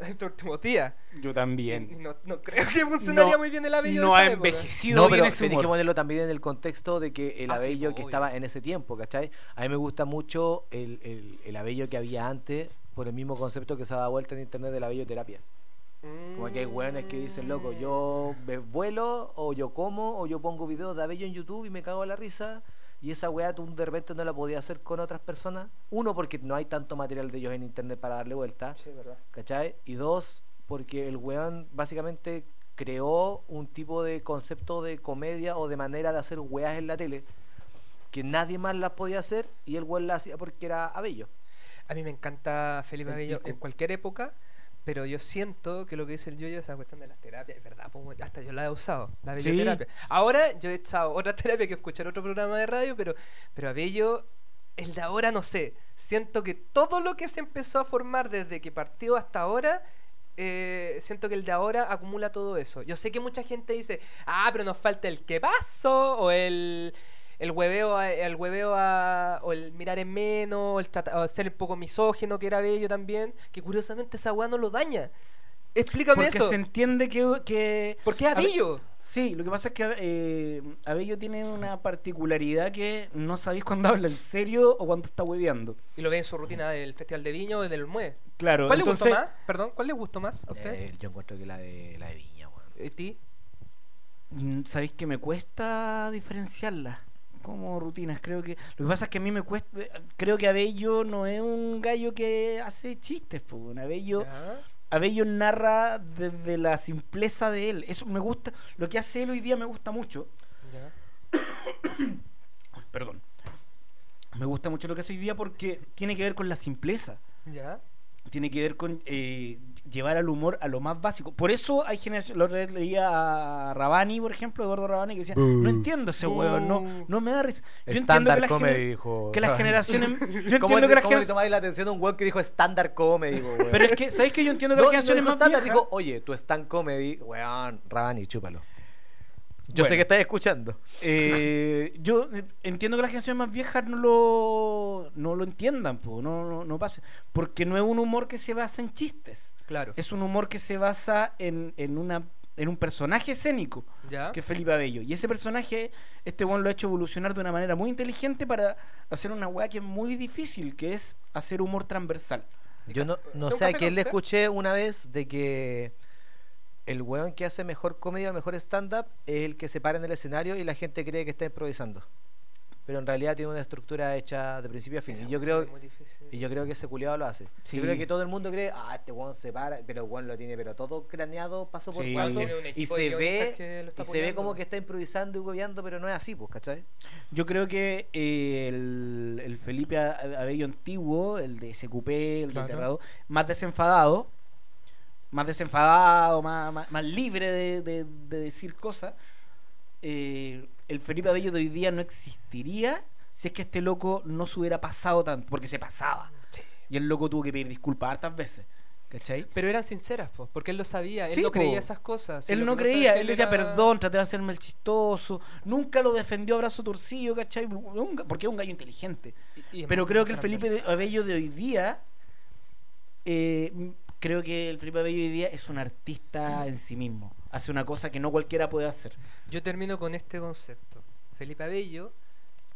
Speaker 1: estos últimos días.
Speaker 4: Yo
Speaker 1: Y
Speaker 4: también.
Speaker 1: No, no creo que funcionaría
Speaker 4: No-
Speaker 1: muy bien el Abello
Speaker 4: No
Speaker 1: de
Speaker 4: ha
Speaker 1: esa época.
Speaker 4: envejecido
Speaker 3: No,
Speaker 4: bien
Speaker 3: pero
Speaker 4: ese
Speaker 3: tenés que
Speaker 4: humor.
Speaker 3: ponerlo también en el contexto de que el
Speaker 1: Ah, sí,
Speaker 3: abello
Speaker 1: pues,
Speaker 3: que
Speaker 1: obvio.
Speaker 3: estaba en ese tiempo, ¿cachai? A mí me gusta mucho el, el, el abello que había antes por el mismo concepto que se ha dado vuelta en internet de la abelloterapia.
Speaker 1: Mm.
Speaker 3: Como que hay hueones que dicen, loco, yo me vuelo, o yo como, o yo pongo videos de abello en YouTube y me cago en la risa. Y esa weá tú de repente no la podías hacer con otras personas. Uno, porque no hay tanto material de ellos en internet para darle vuelta.
Speaker 1: Sí, verdad.
Speaker 3: ¿Cachai? Y dos, porque el weón básicamente creó un tipo de concepto de comedia o de manera de hacer weas en la tele que nadie más las podía hacer y el weón la hacía porque era abello.
Speaker 1: A mí me encanta Felipe
Speaker 3: El
Speaker 1: Abello en
Speaker 3: pico.
Speaker 1: cualquier época, pero yo siento que lo que dice el yoyo, esa cuestión de las terapias, es verdad, po, weón, hasta yo la he usado, la
Speaker 4: Sí.
Speaker 1: belloterapia. Ahora yo he echado otra terapia que escuchar otro programa de radio, pero, pero Abello, el de ahora no sé. Siento que todo lo que se empezó a formar desde que partió hasta ahora. eh, siento que el de ahora acumula todo eso. Yo sé que mucha gente dice, ah, pero nos falta el que paso o el, el hueveo, a- el hueveo a- o el mirar en menos, o el trata- o ser un poco misógino, que era bello también, que curiosamente esa weá no lo daña. Explícame
Speaker 4: Porque
Speaker 1: eso.
Speaker 4: se entiende que, que
Speaker 1: ¿Por qué a
Speaker 4: A ver-
Speaker 1: bello?
Speaker 4: Sí, lo que pasa es que eh, Abello tiene una particularidad que no sabéis cuando habla en serio o cuando está hueveando.
Speaker 1: Y lo ve en su rutina del Festival de Viño y del Mue.
Speaker 4: Claro,
Speaker 1: ¿Cuál le
Speaker 4: entonces,
Speaker 1: gustó más? Perdón, ¿cuál le gustó más a usted?
Speaker 3: Eh, yo encuentro que la de, la de Viña, weón.
Speaker 1: ¿Y ti?
Speaker 4: Mm, Sabéis que me cuesta diferenciarlas como rutinas. Creo que lo que pasa es que a mí me cuesta. Creo que Abello no es un gallo que hace chistes, po. weón. Abello,
Speaker 1: Ya.
Speaker 4: Abello narra desde la simpleza de él. Eso me gusta. Lo que hace él hoy día me gusta mucho.
Speaker 1: Ya.
Speaker 4: Perdón. Me gusta mucho lo que hace hoy día porque tiene que ver con la simpleza.
Speaker 1: Ya.
Speaker 4: tiene que ver con eh, llevar al humor a lo más básico. Por eso hay generación. La otra vez leía a Rabani, por ejemplo, Eduardo Rabani, que decía:
Speaker 3: Buh.
Speaker 4: No entiendo ese hueón, no,
Speaker 1: Buh.
Speaker 4: no me da risa. Yo entiendo que
Speaker 3: Mm. Standard
Speaker 4: las
Speaker 3: comedy,
Speaker 4: gener-
Speaker 3: dijo.
Speaker 4: que las generaciones. Yo
Speaker 3: ¿Cómo,
Speaker 4: entiendo
Speaker 3: le-
Speaker 4: que las
Speaker 3: cómo le
Speaker 4: generaciones.
Speaker 3: tomáis la atención a un weón que dijo estándar comedy, weón?
Speaker 4: Pero es que, ¿sabéis que yo entiendo que
Speaker 3: No,
Speaker 4: las generaciones
Speaker 3: no
Speaker 4: más
Speaker 3: dijo estándar,
Speaker 4: viejas-
Speaker 3: dijo, oye, tu stand comedy, weón, Rabani, chúpalo. Yo sé
Speaker 4: Bueno.
Speaker 3: que estás escuchando.
Speaker 4: Eh, yo eh, entiendo que las generaciones más viejas no lo, no lo entiendan, po, no, no, no pase. Porque no es un humor que se basa en chistes.
Speaker 1: Claro.
Speaker 4: Es un humor que se basa en, en, una, en un personaje escénico.
Speaker 1: Ya.
Speaker 4: que es Felipe Abello. Y ese personaje, este weón lo ha hecho evolucionar de una manera muy inteligente para hacer una weá que es muy difícil, que es hacer humor transversal.
Speaker 3: Yo no,
Speaker 1: café-
Speaker 3: no
Speaker 1: hacer un
Speaker 3: sé a
Speaker 1: café
Speaker 3: quién le
Speaker 1: concepto.
Speaker 3: escuché una vez de que el weón que hace mejor comedia o mejor stand-up es el que se para en el escenario y la gente cree que está improvisando. Pero en realidad tiene una estructura hecha de principio a fin.
Speaker 1: Esa
Speaker 3: Y yo,
Speaker 1: cuestión
Speaker 3: creo,
Speaker 1: es muy difícil.
Speaker 3: y yo creo que ese culiado lo hace.
Speaker 4: Sí.
Speaker 3: Yo creo que todo el mundo cree, ah, este weón se para, pero el weón lo tiene, pero todo craneado, paso por
Speaker 4: Sí.
Speaker 3: paso.
Speaker 4: Tiene
Speaker 1: un
Speaker 3: Y
Speaker 1: equipo de
Speaker 3: se
Speaker 1: guionistas que lo
Speaker 3: ve,
Speaker 1: está
Speaker 3: y se ve
Speaker 1: apoyando.
Speaker 3: como que está improvisando y hueveando, pero no es así, pues, ¿cachai?
Speaker 4: Yo creo que eh, el, el Felipe A- Abello antiguo, el de SQP, el
Speaker 1: Claro.
Speaker 4: de Terrado, más desenfadado, más desenfadado, más, más- más libre de, de- de decir cosas, eh, el Felipe Abello de hoy día no existiría si es que este loco no se hubiera pasado tanto, porque se pasaba.
Speaker 1: Sí.
Speaker 4: Y el loco tuvo que pedir disculpas hartas veces. ¿Cachai?
Speaker 1: Pero eran sinceras, po, porque él lo sabía, él
Speaker 4: Sí,
Speaker 1: no creía
Speaker 4: po.
Speaker 1: esas cosas. si
Speaker 4: él
Speaker 1: lo
Speaker 4: no
Speaker 1: que pasa es
Speaker 4: creía,
Speaker 1: que
Speaker 4: él decía
Speaker 1: era-
Speaker 4: perdón, traté de hacerme el chistoso, nunca lo defendió a brazo torcido, ¿cachai? Un ga- Porque es un gallo inteligente.
Speaker 1: Y- y es
Speaker 4: Pero
Speaker 1: muy
Speaker 4: creo que el Felipe de-
Speaker 1: transversal.
Speaker 4: Abello de hoy día, eh, m- creo que el Felipe Abello de hoy día es un artista en sí mismo. Hace una cosa que no cualquiera puede hacer.
Speaker 1: Yo termino con este concepto. Felipe Abello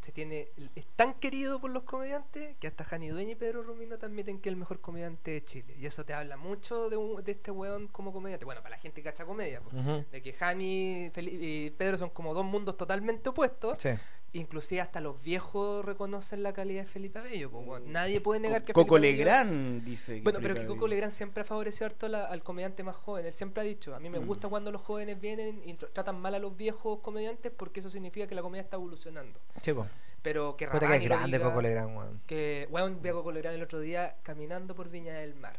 Speaker 1: se tiene, es tan querido por los comediantes que hasta Jani Dueña y Pedro Rumino admiten que es el mejor comediante de Chile. Y eso te habla mucho de, un- de este weón como comediante. Bueno, para la gente que cacha comedia, po. de que Jani Feli- y Pedro son como dos mundos totalmente opuestos.
Speaker 3: Sí.
Speaker 1: Inclusive hasta los viejos reconocen la calidad de Felipe Abello. po, weón. Nadie puede negar que
Speaker 4: Coco
Speaker 1: Felipe Abello-
Speaker 4: Legrand dice. que
Speaker 1: Bueno,
Speaker 4: Felipe
Speaker 1: pero que
Speaker 4: Abello-
Speaker 1: Coco Legrand siempre ha favorecido harto la- al comediante más joven. Él siempre ha dicho, a mí me
Speaker 4: Mm.
Speaker 1: gusta cuando los jóvenes vienen y tr- tratan mal a los viejos comediantes porque eso significa que la comedia está evolucionando.
Speaker 3: Chico,
Speaker 1: Pero que
Speaker 3: puta que es
Speaker 1: Rabani lo
Speaker 3: grande
Speaker 1: diga,
Speaker 3: Coco Legrand, weón.
Speaker 1: Que, weón, vi a Coco Legrand el otro día caminando por Viña del Mar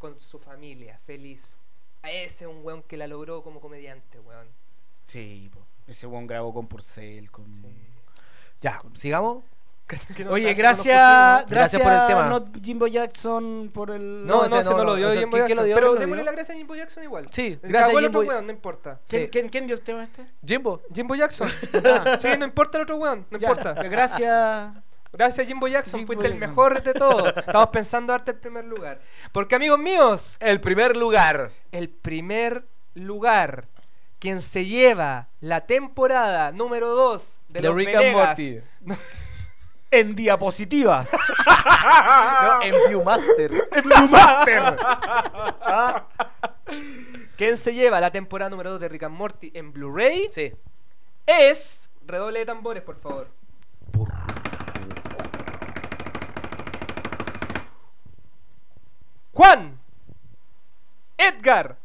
Speaker 1: con su familia, feliz. A ese es un weón que la logró como comediante, weón.
Speaker 4: Sí, po. ese buen grabó con Porcel. Con...
Speaker 1: Sí.
Speaker 3: Ya, sigamos.
Speaker 1: Que no-
Speaker 4: Oye,
Speaker 1: no
Speaker 4: gracias,
Speaker 1: nos pusimos.
Speaker 4: gracias
Speaker 3: Gracias por el tema.
Speaker 4: No, Jimbo Jackson por el.
Speaker 1: No,
Speaker 3: ese
Speaker 1: no, ese no, lo
Speaker 3: no,
Speaker 1: dio
Speaker 3: ese-
Speaker 1: Jimbo
Speaker 3: ¿quién-
Speaker 1: Jackson.
Speaker 3: quién lo dio?
Speaker 1: Pero
Speaker 3: ¿Quién lo
Speaker 1: démosle
Speaker 3: dio?
Speaker 1: la gracia a Jimbo Jackson igual.
Speaker 3: Sí,
Speaker 1: El
Speaker 3: gracias,
Speaker 1: cagó el otro
Speaker 3: Jimbo-
Speaker 1: weón, no importa.
Speaker 4: ¿Quién,
Speaker 3: Sí.
Speaker 4: quién- quién dio el tema este?
Speaker 3: Jimbo,
Speaker 1: Jimbo Jackson. sí, no importa el otro weón, no
Speaker 4: Ya,
Speaker 1: importa.
Speaker 4: Gracias.
Speaker 1: Gracias Jimbo Jackson,
Speaker 4: Jimbo
Speaker 1: fuiste el
Speaker 4: Jackson.
Speaker 1: mejor de todos. Estamos pensando darte el primer lugar. Porque amigos míos,
Speaker 3: el primer lugar.
Speaker 1: el primer lugar quien se lleva la temporada número 2 de, los Venegas,
Speaker 4: En diapositivas.
Speaker 3: No, en Viewmaster.
Speaker 4: en Blue Master.
Speaker 1: ¿Quién se lleva la temporada número 2 de Rick and Morty en Blu-ray?
Speaker 3: Sí.
Speaker 1: Es. Redoble de tambores, por favor. Juan Edgar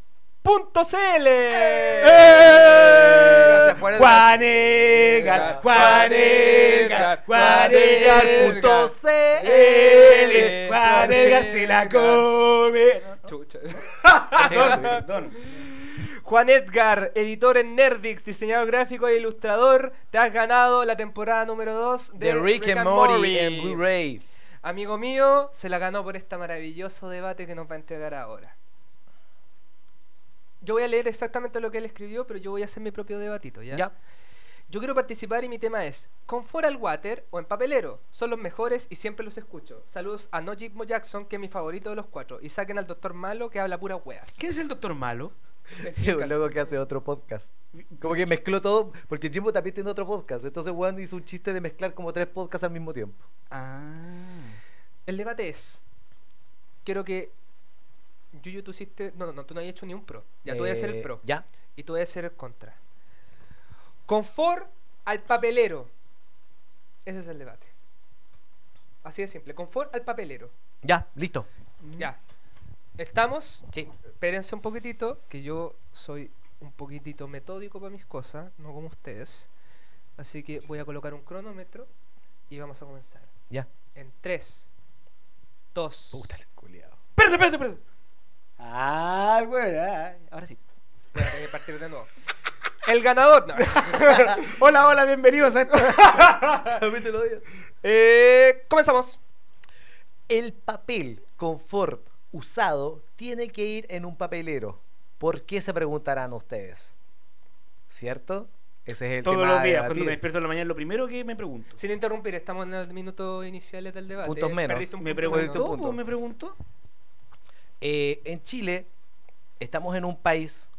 Speaker 1: punto CL.
Speaker 4: ¡Eh!
Speaker 3: Gracias por el-
Speaker 4: Juan Edgar, Juan Edgar, Juan Edgar, punto
Speaker 3: punto CL.
Speaker 4: L, Juan Edgar se la come.
Speaker 1: Chucha.
Speaker 4: Perdón, perdón.
Speaker 1: Juan Edgar, editor en Nerdix, diseñador gráfico e ilustrador, te has ganado la temporada número 2 de,
Speaker 3: De Rick and Morty en Blu-ray.
Speaker 1: Amigo mío, se la ganó por este maravilloso debate que nos va a entregar ahora. Yo voy a leer exactamente lo que él escribió, pero yo voy a hacer mi propio debatito, ¿ya?
Speaker 3: Ya.
Speaker 1: Yo quiero participar y mi tema es ¿Confort al water o en papelero? Son los mejores y siempre los escucho. Saludos a No Jimbo Jackson, que es mi favorito de los cuatro. Y saquen al doctor malo que habla puras weas.
Speaker 4: ¿Quién es el doctor malo?
Speaker 3: Un loco que hace otro podcast. Como que mezcló todo, porque Jimbo también tiene otro podcast. Entonces, Juan hizo un chiste de mezclar como tres podcasts al mismo tiempo.
Speaker 4: Ah.
Speaker 1: El debate es. Quiero que. Yuyu, tú hiciste. No, no, no, tú no has hecho ni un pro. Ya tú voy a ser el
Speaker 3: Eh,
Speaker 1: pro.
Speaker 3: Ya.
Speaker 1: Y tú voy a ser el contra. Confort al papelero. Ese es el debate. Así de simple. Confort al papelero.
Speaker 3: Ya, listo.
Speaker 1: Ya. ¿Estamos?
Speaker 3: Sí.
Speaker 1: Espérense un poquitito, que yo soy un poquitito metódico para mis cosas, no como ustedes. Así que voy a colocar un cronómetro y vamos a comenzar.
Speaker 3: Ya.
Speaker 1: En 3, 2,
Speaker 3: Puta el culiao.
Speaker 4: Perdón, perdón, perdón. Ah, el güey, ah, ahora sí.
Speaker 1: Voy a tener que partir de nuevo. El ganador. no.
Speaker 4: Hola, hola, bienvenidos a este esto.
Speaker 1: Eh, comenzamos.
Speaker 3: El papel confort usado tiene que ir en un papelero. ¿Por qué se preguntarán ustedes? ¿Cierto? Ese es el
Speaker 4: Todos
Speaker 3: tema
Speaker 4: los
Speaker 3: a
Speaker 4: días, cuando
Speaker 3: debatir.
Speaker 4: me despierto en la mañana, lo primero que me pregunto.
Speaker 1: Sin interrumpir, estamos en los minutos iniciales del debate.
Speaker 3: Puntos menos.
Speaker 1: Perdiste un
Speaker 4: ¿Me
Speaker 1: punto
Speaker 3: pregunto-
Speaker 1: menos.
Speaker 4: preguntó?
Speaker 3: punto.
Speaker 4: ¿o ¿Me preguntó?
Speaker 3: Eh, en Chile estamos en un país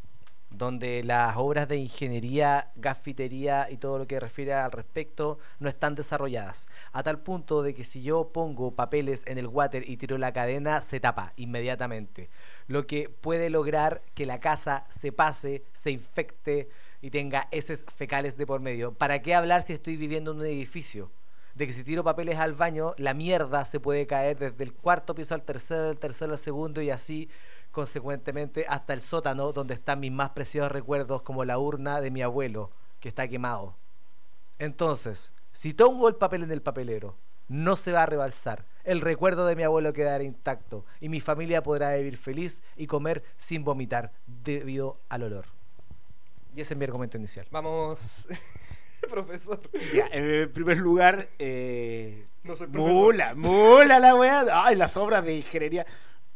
Speaker 3: donde las obras de ingeniería, gafitería y todo lo que refiere al respecto no están desarrolladas. A tal punto de que si yo pongo papeles en el water y tiro la cadena, se tapa inmediatamente. Lo que puede lograr que la casa se pase, se infecte y tenga heces fecales de por medio. ¿Para qué hablar si estoy viviendo en un edificio? de que si tiro papeles al baño, la mierda se puede caer desde el cuarto piso al tercero, del tercero al segundo y así consecuentemente hasta el sótano donde están mis más preciados recuerdos como la urna de mi abuelo que está quemado. Entonces, si pongo el papel en el papelero, no se va a rebalsar. El recuerdo de mi abuelo quedará intacto y mi familia podrá vivir feliz y comer sin vomitar debido al olor. Y ese es mi argumento inicial.
Speaker 1: Vamos, profesor.
Speaker 4: Ya, en primer lugar, eh,
Speaker 1: No soy profesor.
Speaker 4: mula, mula la weá. Ay, las obras de ingeniería.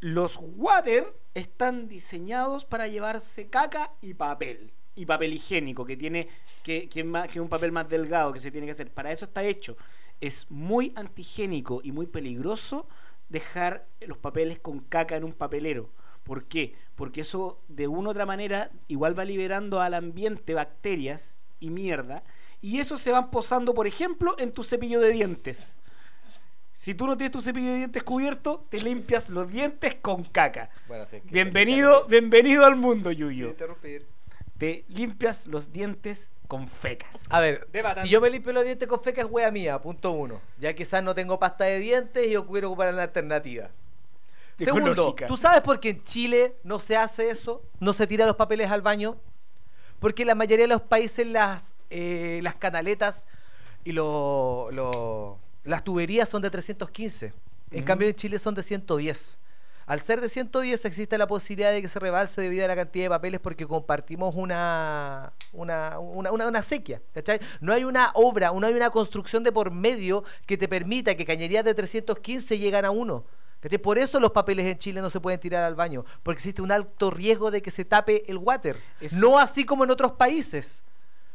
Speaker 4: Los water están diseñados para llevarse caca y papel. Y papel higiénico, que tiene que, que, es más- que es un papel más delgado que se tiene que hacer. Para eso está hecho. Es muy antigénico y muy peligroso dejar los papeles con caca en un papelero. ¿Por qué? Porque eso de una u otra manera igual va liberando al ambiente bacterias y mierda. Y eso se van posando, por ejemplo, en tu cepillo de dientes. Si tú no tienes tu cepillo de dientes cubierto, te limpias los dientes con caca. Bienvenido, bienvenido al mundo,
Speaker 1: Sin
Speaker 4: Yuyo.
Speaker 1: interrumpir.
Speaker 4: Te limpias los dientes con fecas.
Speaker 3: A ver,
Speaker 1: Debatan.
Speaker 3: si yo me limpio los dientes con feca es wea mía, punto uno. Ya quizás no tengo pasta de dientes y yo quiero ocupar una alternativa.
Speaker 4: Tengo
Speaker 3: Segundo,
Speaker 4: lógica.
Speaker 3: ¿tú sabes por qué en Chile no se hace eso? ¿No se tira los papeles al baño? Porque la mayoría de los países las, eh, las canaletas y lo- lo- las tuberías son de 315. En
Speaker 4: Mm.
Speaker 3: cambio en Chile son de 110. Al ser de 110 existe la posibilidad de que se rebalse debido a la cantidad de papeles porque compartimos una, una, una, una- una sequía. ¿cachai? No hay una obra, no hay una construcción de por medio que te permita que cañerías de 315 lleguen a uno. ¿cachai? Por eso los papeles en Chile no se pueden tirar al baño, porque existe un alto riesgo de que se tape el water.
Speaker 4: Es-
Speaker 3: No así como en otros países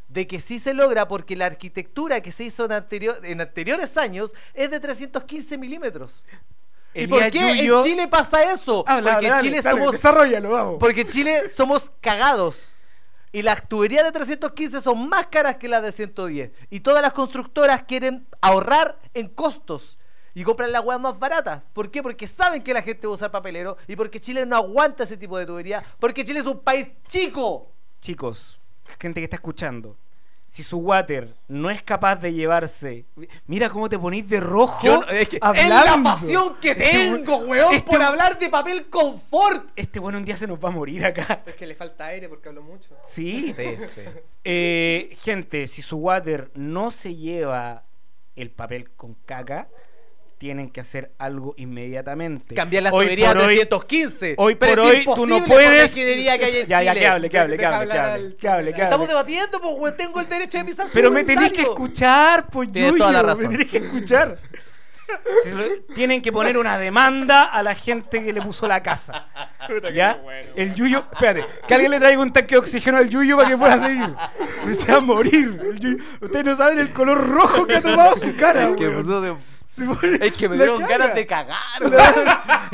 Speaker 3: de que sí se logra porque la arquitectura que se hizo en, anterior- en anteriores años es de 315 milímetros. ¿Y por
Speaker 4: Elías
Speaker 3: qué
Speaker 4: Yuyo-
Speaker 3: en Chile pasa eso?
Speaker 4: Habla,
Speaker 3: porque,
Speaker 4: habla,
Speaker 3: en
Speaker 4: dale,
Speaker 3: Chile
Speaker 4: dale,
Speaker 3: somos,
Speaker 4: desarrollalo, vamos.
Speaker 3: porque en Chile somos cagados. Y las tuberías de 315 son más caras que las de 110. Y todas las constructoras quieren ahorrar en costos. y compran las weas más baratas. ¿Por qué? Porque saben que la gente va a usar papelero y porque Chile no aguanta ese tipo de tubería, porque Chile es un país chico.
Speaker 4: Chicos, gente que está escuchando, si su water no es capaz de llevarse. Mira cómo te ponís de rojo.
Speaker 3: Yo no- es, que- es la
Speaker 4: hablando.
Speaker 3: pasión que
Speaker 4: Este buen-
Speaker 3: tengo, weón,
Speaker 4: este
Speaker 3: por
Speaker 4: buen-
Speaker 3: hablar de papel confort.
Speaker 4: Este bueno un día se nos va a morir acá.
Speaker 1: Es que le falta aire porque hablo mucho.
Speaker 4: Sí.
Speaker 3: Sí, sí.
Speaker 4: Eh, gente, si su water no se lleva el papel con caca, tienen que hacer algo inmediatamente.
Speaker 3: Cambiar las
Speaker 4: Hoy
Speaker 3: tuberías
Speaker 4: por hoy-
Speaker 3: 315.
Speaker 4: Hoy
Speaker 3: Pero
Speaker 4: por
Speaker 3: es
Speaker 4: hoy tú
Speaker 3: imposible
Speaker 4: no
Speaker 3: por la
Speaker 4: puedes.
Speaker 3: ingeniería que hay en
Speaker 4: ya, ya, que
Speaker 3: Chile.
Speaker 4: hable, que hable, que
Speaker 1: Deja
Speaker 4: hable, que
Speaker 1: hablar
Speaker 4: hable,
Speaker 1: al-
Speaker 4: que hable, que
Speaker 3: Estamos
Speaker 4: hable.
Speaker 3: debatiendo, pues, weón. Tengo el derecho de pisar su
Speaker 4: Pero me tenéis que
Speaker 3: comentario.
Speaker 4: escuchar, pues
Speaker 3: Tienes
Speaker 4: Yuyo,
Speaker 3: toda la razón.
Speaker 4: Me tenéis que escuchar. Si lo- Tienen que poner una demanda a la gente que le puso la casa. ¿Ya? El Yuyo, espérate, que alguien le traiga un tanque de oxígeno al Yuyo para que pueda seguir. Me se va a morir. El Yuyo- Ustedes no saben el color rojo que ha tomado su cara.
Speaker 3: Es que,
Speaker 4: weón.
Speaker 3: puso de-
Speaker 4: Se pone
Speaker 3: es que me
Speaker 4: la
Speaker 3: dieron
Speaker 4: cara.
Speaker 3: ganas de cagar,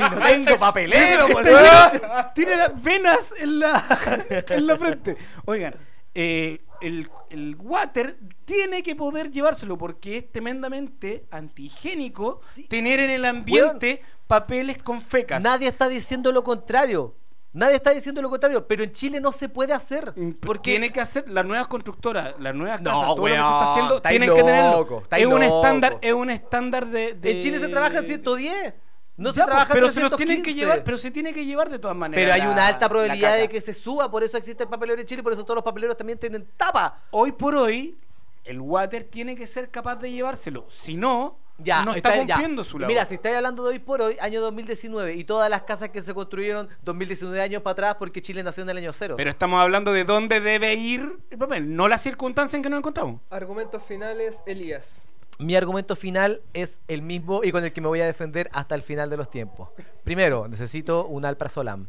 Speaker 3: weón. Y no tengo papelero,
Speaker 4: Este
Speaker 3: por
Speaker 4: weón Tiene las venas en la, en la frente. Oigan, eh, el, el water tiene que poder llevárselo porque es tremendamente antihigiénico
Speaker 3: Sí.
Speaker 4: tener en el ambiente papeles con fecas.
Speaker 3: Nadie está diciendo lo contrario. Nadie está diciendo lo contrario, pero en Chile no se puede hacer.
Speaker 4: porque
Speaker 3: Porque
Speaker 4: Mm, tiene que hacer las nuevas constructoras, las nuevas
Speaker 3: No,
Speaker 4: casas, todo lo que se
Speaker 3: weón,
Speaker 4: está haciendo,
Speaker 3: estáis
Speaker 4: tienen que tenerlo.
Speaker 3: loco, estáis
Speaker 4: Es un
Speaker 3: loco.
Speaker 4: estándar, es un estándar de, de-
Speaker 3: en Chile se trabaja en 110. No
Speaker 4: Ya, pues,
Speaker 3: se trabaja en
Speaker 4: pero se los tienen que
Speaker 3: 315.
Speaker 4: llevar, pero se tiene que llevar de todas maneras.
Speaker 3: Pero hay
Speaker 4: la-
Speaker 3: una alta
Speaker 4: la
Speaker 3: probabilidad
Speaker 4: caca.
Speaker 3: de que se suba, por eso existe el papelero en Chile, por eso todos los papeleros también tienen tapa.
Speaker 4: hoy por hoy el water tiene que ser capaz de llevárselo. Si no,
Speaker 3: Ya,
Speaker 4: no está,
Speaker 3: está- ya.
Speaker 4: cumpliendo su labor.
Speaker 3: Mira, si estáis hablando de hoy por hoy, año 2019, y todas las casas que se construyeron 2019 años para atrás, porque Chile nació en el año cero.
Speaker 4: Pero estamos hablando de dónde debe ir el papel, no la circunstancia en que nos encontramos.
Speaker 1: Argumentos finales, Elías.
Speaker 3: Mi argumento final es el mismo y con el que me voy a defender hasta el final de los tiempos. Primero, necesito un Alprazolam.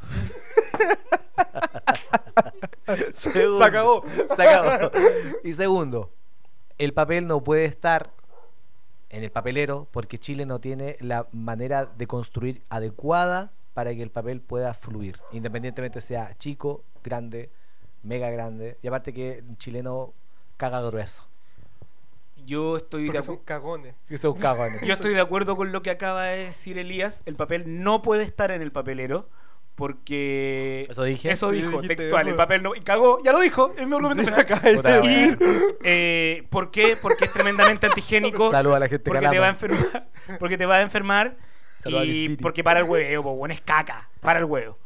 Speaker 3: se acabó. Se acabó. Y segundo, el papel no puede estar en el papelero porque Chile no tiene la manera de construir adecuada para que el papel pueda fluir, independientemente sea chico, grande, mega grande. Y aparte que el chileno caga grueso.
Speaker 4: Yo estoy de
Speaker 1: Porque
Speaker 4: acu-
Speaker 1: son cagones.
Speaker 3: Que son cagones.
Speaker 4: yo estoy de acuerdo con lo que acaba de decir Elías, el papel no puede estar en el papelero. Porque
Speaker 3: ¿Eso dije?
Speaker 4: eso
Speaker 3: Sí,
Speaker 4: dijo
Speaker 3: dijiste
Speaker 4: textual,
Speaker 3: eso.
Speaker 4: el papel no. Y cagó, ya lo dijo, en mi argumento final.
Speaker 3: Puta,
Speaker 4: Y,
Speaker 3: weón.
Speaker 4: eh, ¿Por qué? Porque es tremendamente antigénico.
Speaker 3: Saluda a la gente
Speaker 4: porque
Speaker 3: calama.
Speaker 4: te va a enfermar porque te va a enfermar
Speaker 3: Salud al
Speaker 4: y
Speaker 3: espíritu.
Speaker 4: porque para el huevo po, weón, es caca para el huevo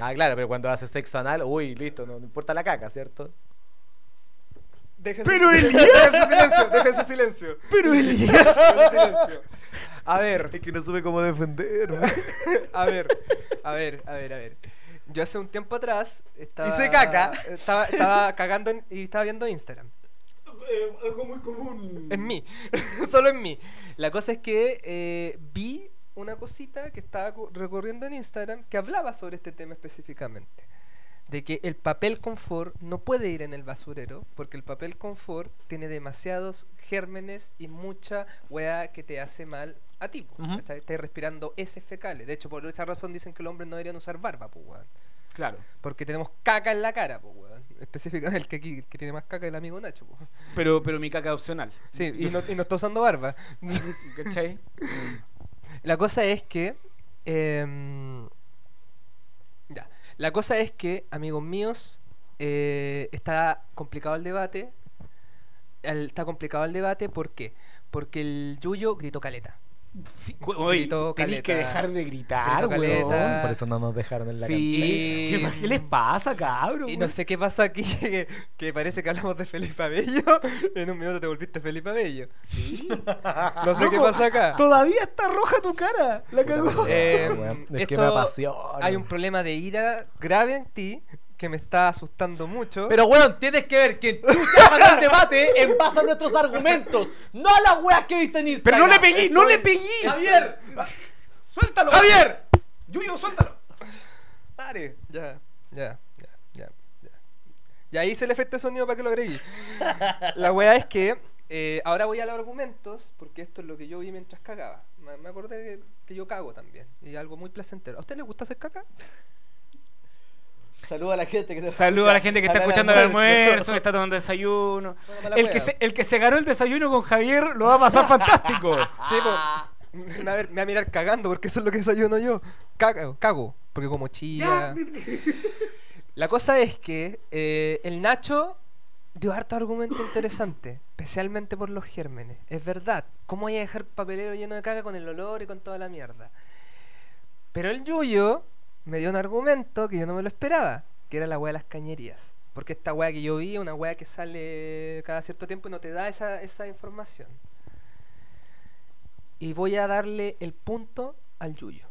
Speaker 3: Ah, claro, pero cuando hace sexo anal, uy, listo, no, no importa la caca, ¿cierto?
Speaker 1: Déjese,
Speaker 4: Pero,
Speaker 1: déjese silencio, déjese silencio.
Speaker 4: pero
Speaker 1: Déjese silencio. A ver,
Speaker 3: que no sube cómo defender.
Speaker 1: a ver, a ver, a ver, a ver. Yo hace un tiempo atrás estaba.
Speaker 3: Hice caca.
Speaker 1: Estaba, estaba cagando en- y estaba viendo Instagram.
Speaker 2: Eh, algo muy común.
Speaker 1: En mí, solo en mí. La cosa es que eh, vi una cosita que estaba co- recorriendo en Instagram que hablaba sobre este tema específicamente. De que el papel confort no puede ir en el basurero porque el papel confort tiene demasiados gérmenes y mucha weá que te hace mal a ti. po,
Speaker 3: Ujú.
Speaker 1: ¿cachai? Estás respirando heces fecales. De hecho, por esa razón dicen que los hombres no deberían usar barba, po, weón.
Speaker 4: claro
Speaker 1: Porque tenemos caca en la cara, po, weón. Específicamente el que, aquí- el que tiene más caca es el amigo Nacho, po.
Speaker 4: pero pero mi caca es opcional
Speaker 1: Sí, y no, y no está usando barba.
Speaker 4: ¿Cachai?
Speaker 1: La cosa es que. em, ya. La cosa es que, amigos míos, eh, está complicado el debate. El- está complicado el debate, ¿por qué? Porque el Yuyo gritó caleta.
Speaker 4: Sí, cu- oye,
Speaker 1: Grito
Speaker 4: tenés que
Speaker 1: caleta.
Speaker 4: dejar de gritar
Speaker 1: Grito
Speaker 4: Ah, weón.
Speaker 1: caleta.
Speaker 3: Por eso no nos dejaron en la
Speaker 4: sí
Speaker 1: cantina.
Speaker 4: ¿Qué, qué les pasa cabrón
Speaker 1: Y no
Speaker 4: weón?
Speaker 1: sé qué pasó aquí, que, que parece que hablamos de Felipe Abello. En un minuto te volviste Felipe Abello.
Speaker 4: Sí.
Speaker 1: No sé qué
Speaker 4: Loco,
Speaker 1: pasó acá.
Speaker 4: todavía está roja tu cara la
Speaker 3: Puta,
Speaker 4: cagó
Speaker 3: weón.
Speaker 1: Eh,
Speaker 3: weón, es que
Speaker 1: esto-
Speaker 3: me apasiona.
Speaker 1: Hay un problema de ira grave en ti que me está asustando mucho.
Speaker 3: Pero weón, tienes que ver que chucha ganó el debate en base a nuestros argumentos, no a las weas que viste en
Speaker 4: pero
Speaker 3: Instagram.
Speaker 4: no le pegué no le pegué
Speaker 3: Javier,
Speaker 4: suéltalo
Speaker 3: Javier.
Speaker 4: Yuyo suéltalo
Speaker 1: Pare. Ya, ya, ya, ya, ya. Ya hice el efecto de sonido para que lo agregué. La weá es que eh, ahora voy a los argumentos, porque esto es lo que yo vi mientras cagaba. Me, me acordé que, que yo cago también, y algo muy placentero. ¿A usted le gusta hacer caca?
Speaker 6: Saluda a la gente que te
Speaker 4: Saludo a la gente que está
Speaker 6: al
Speaker 4: escuchando el almuerzo, que está tomando desayuno.
Speaker 6: Bueno, la
Speaker 4: El que,
Speaker 6: wea.
Speaker 4: se, el que se ganó el desayuno con Javier lo va a pasar fantástico.
Speaker 1: Sí, po. me, va a ver- me va a mirar cagando porque eso es lo que desayuno yo. Cago, cago porque como chilla. La cosa es que eh, el Nacho dio harto argumento interesante, especialmente por los gérmenes. Es verdad, ¿cómo voy a dejar papelero lleno de caca con el olor y con toda la mierda? Pero el Yuyo me dio un argumento que yo no me lo esperaba, que era la weá de las cañerías. Porque esta weá que yo vi es una weá que sale cada cierto tiempo y no te da esa, esa información. Y voy a darle el punto al Yuyo.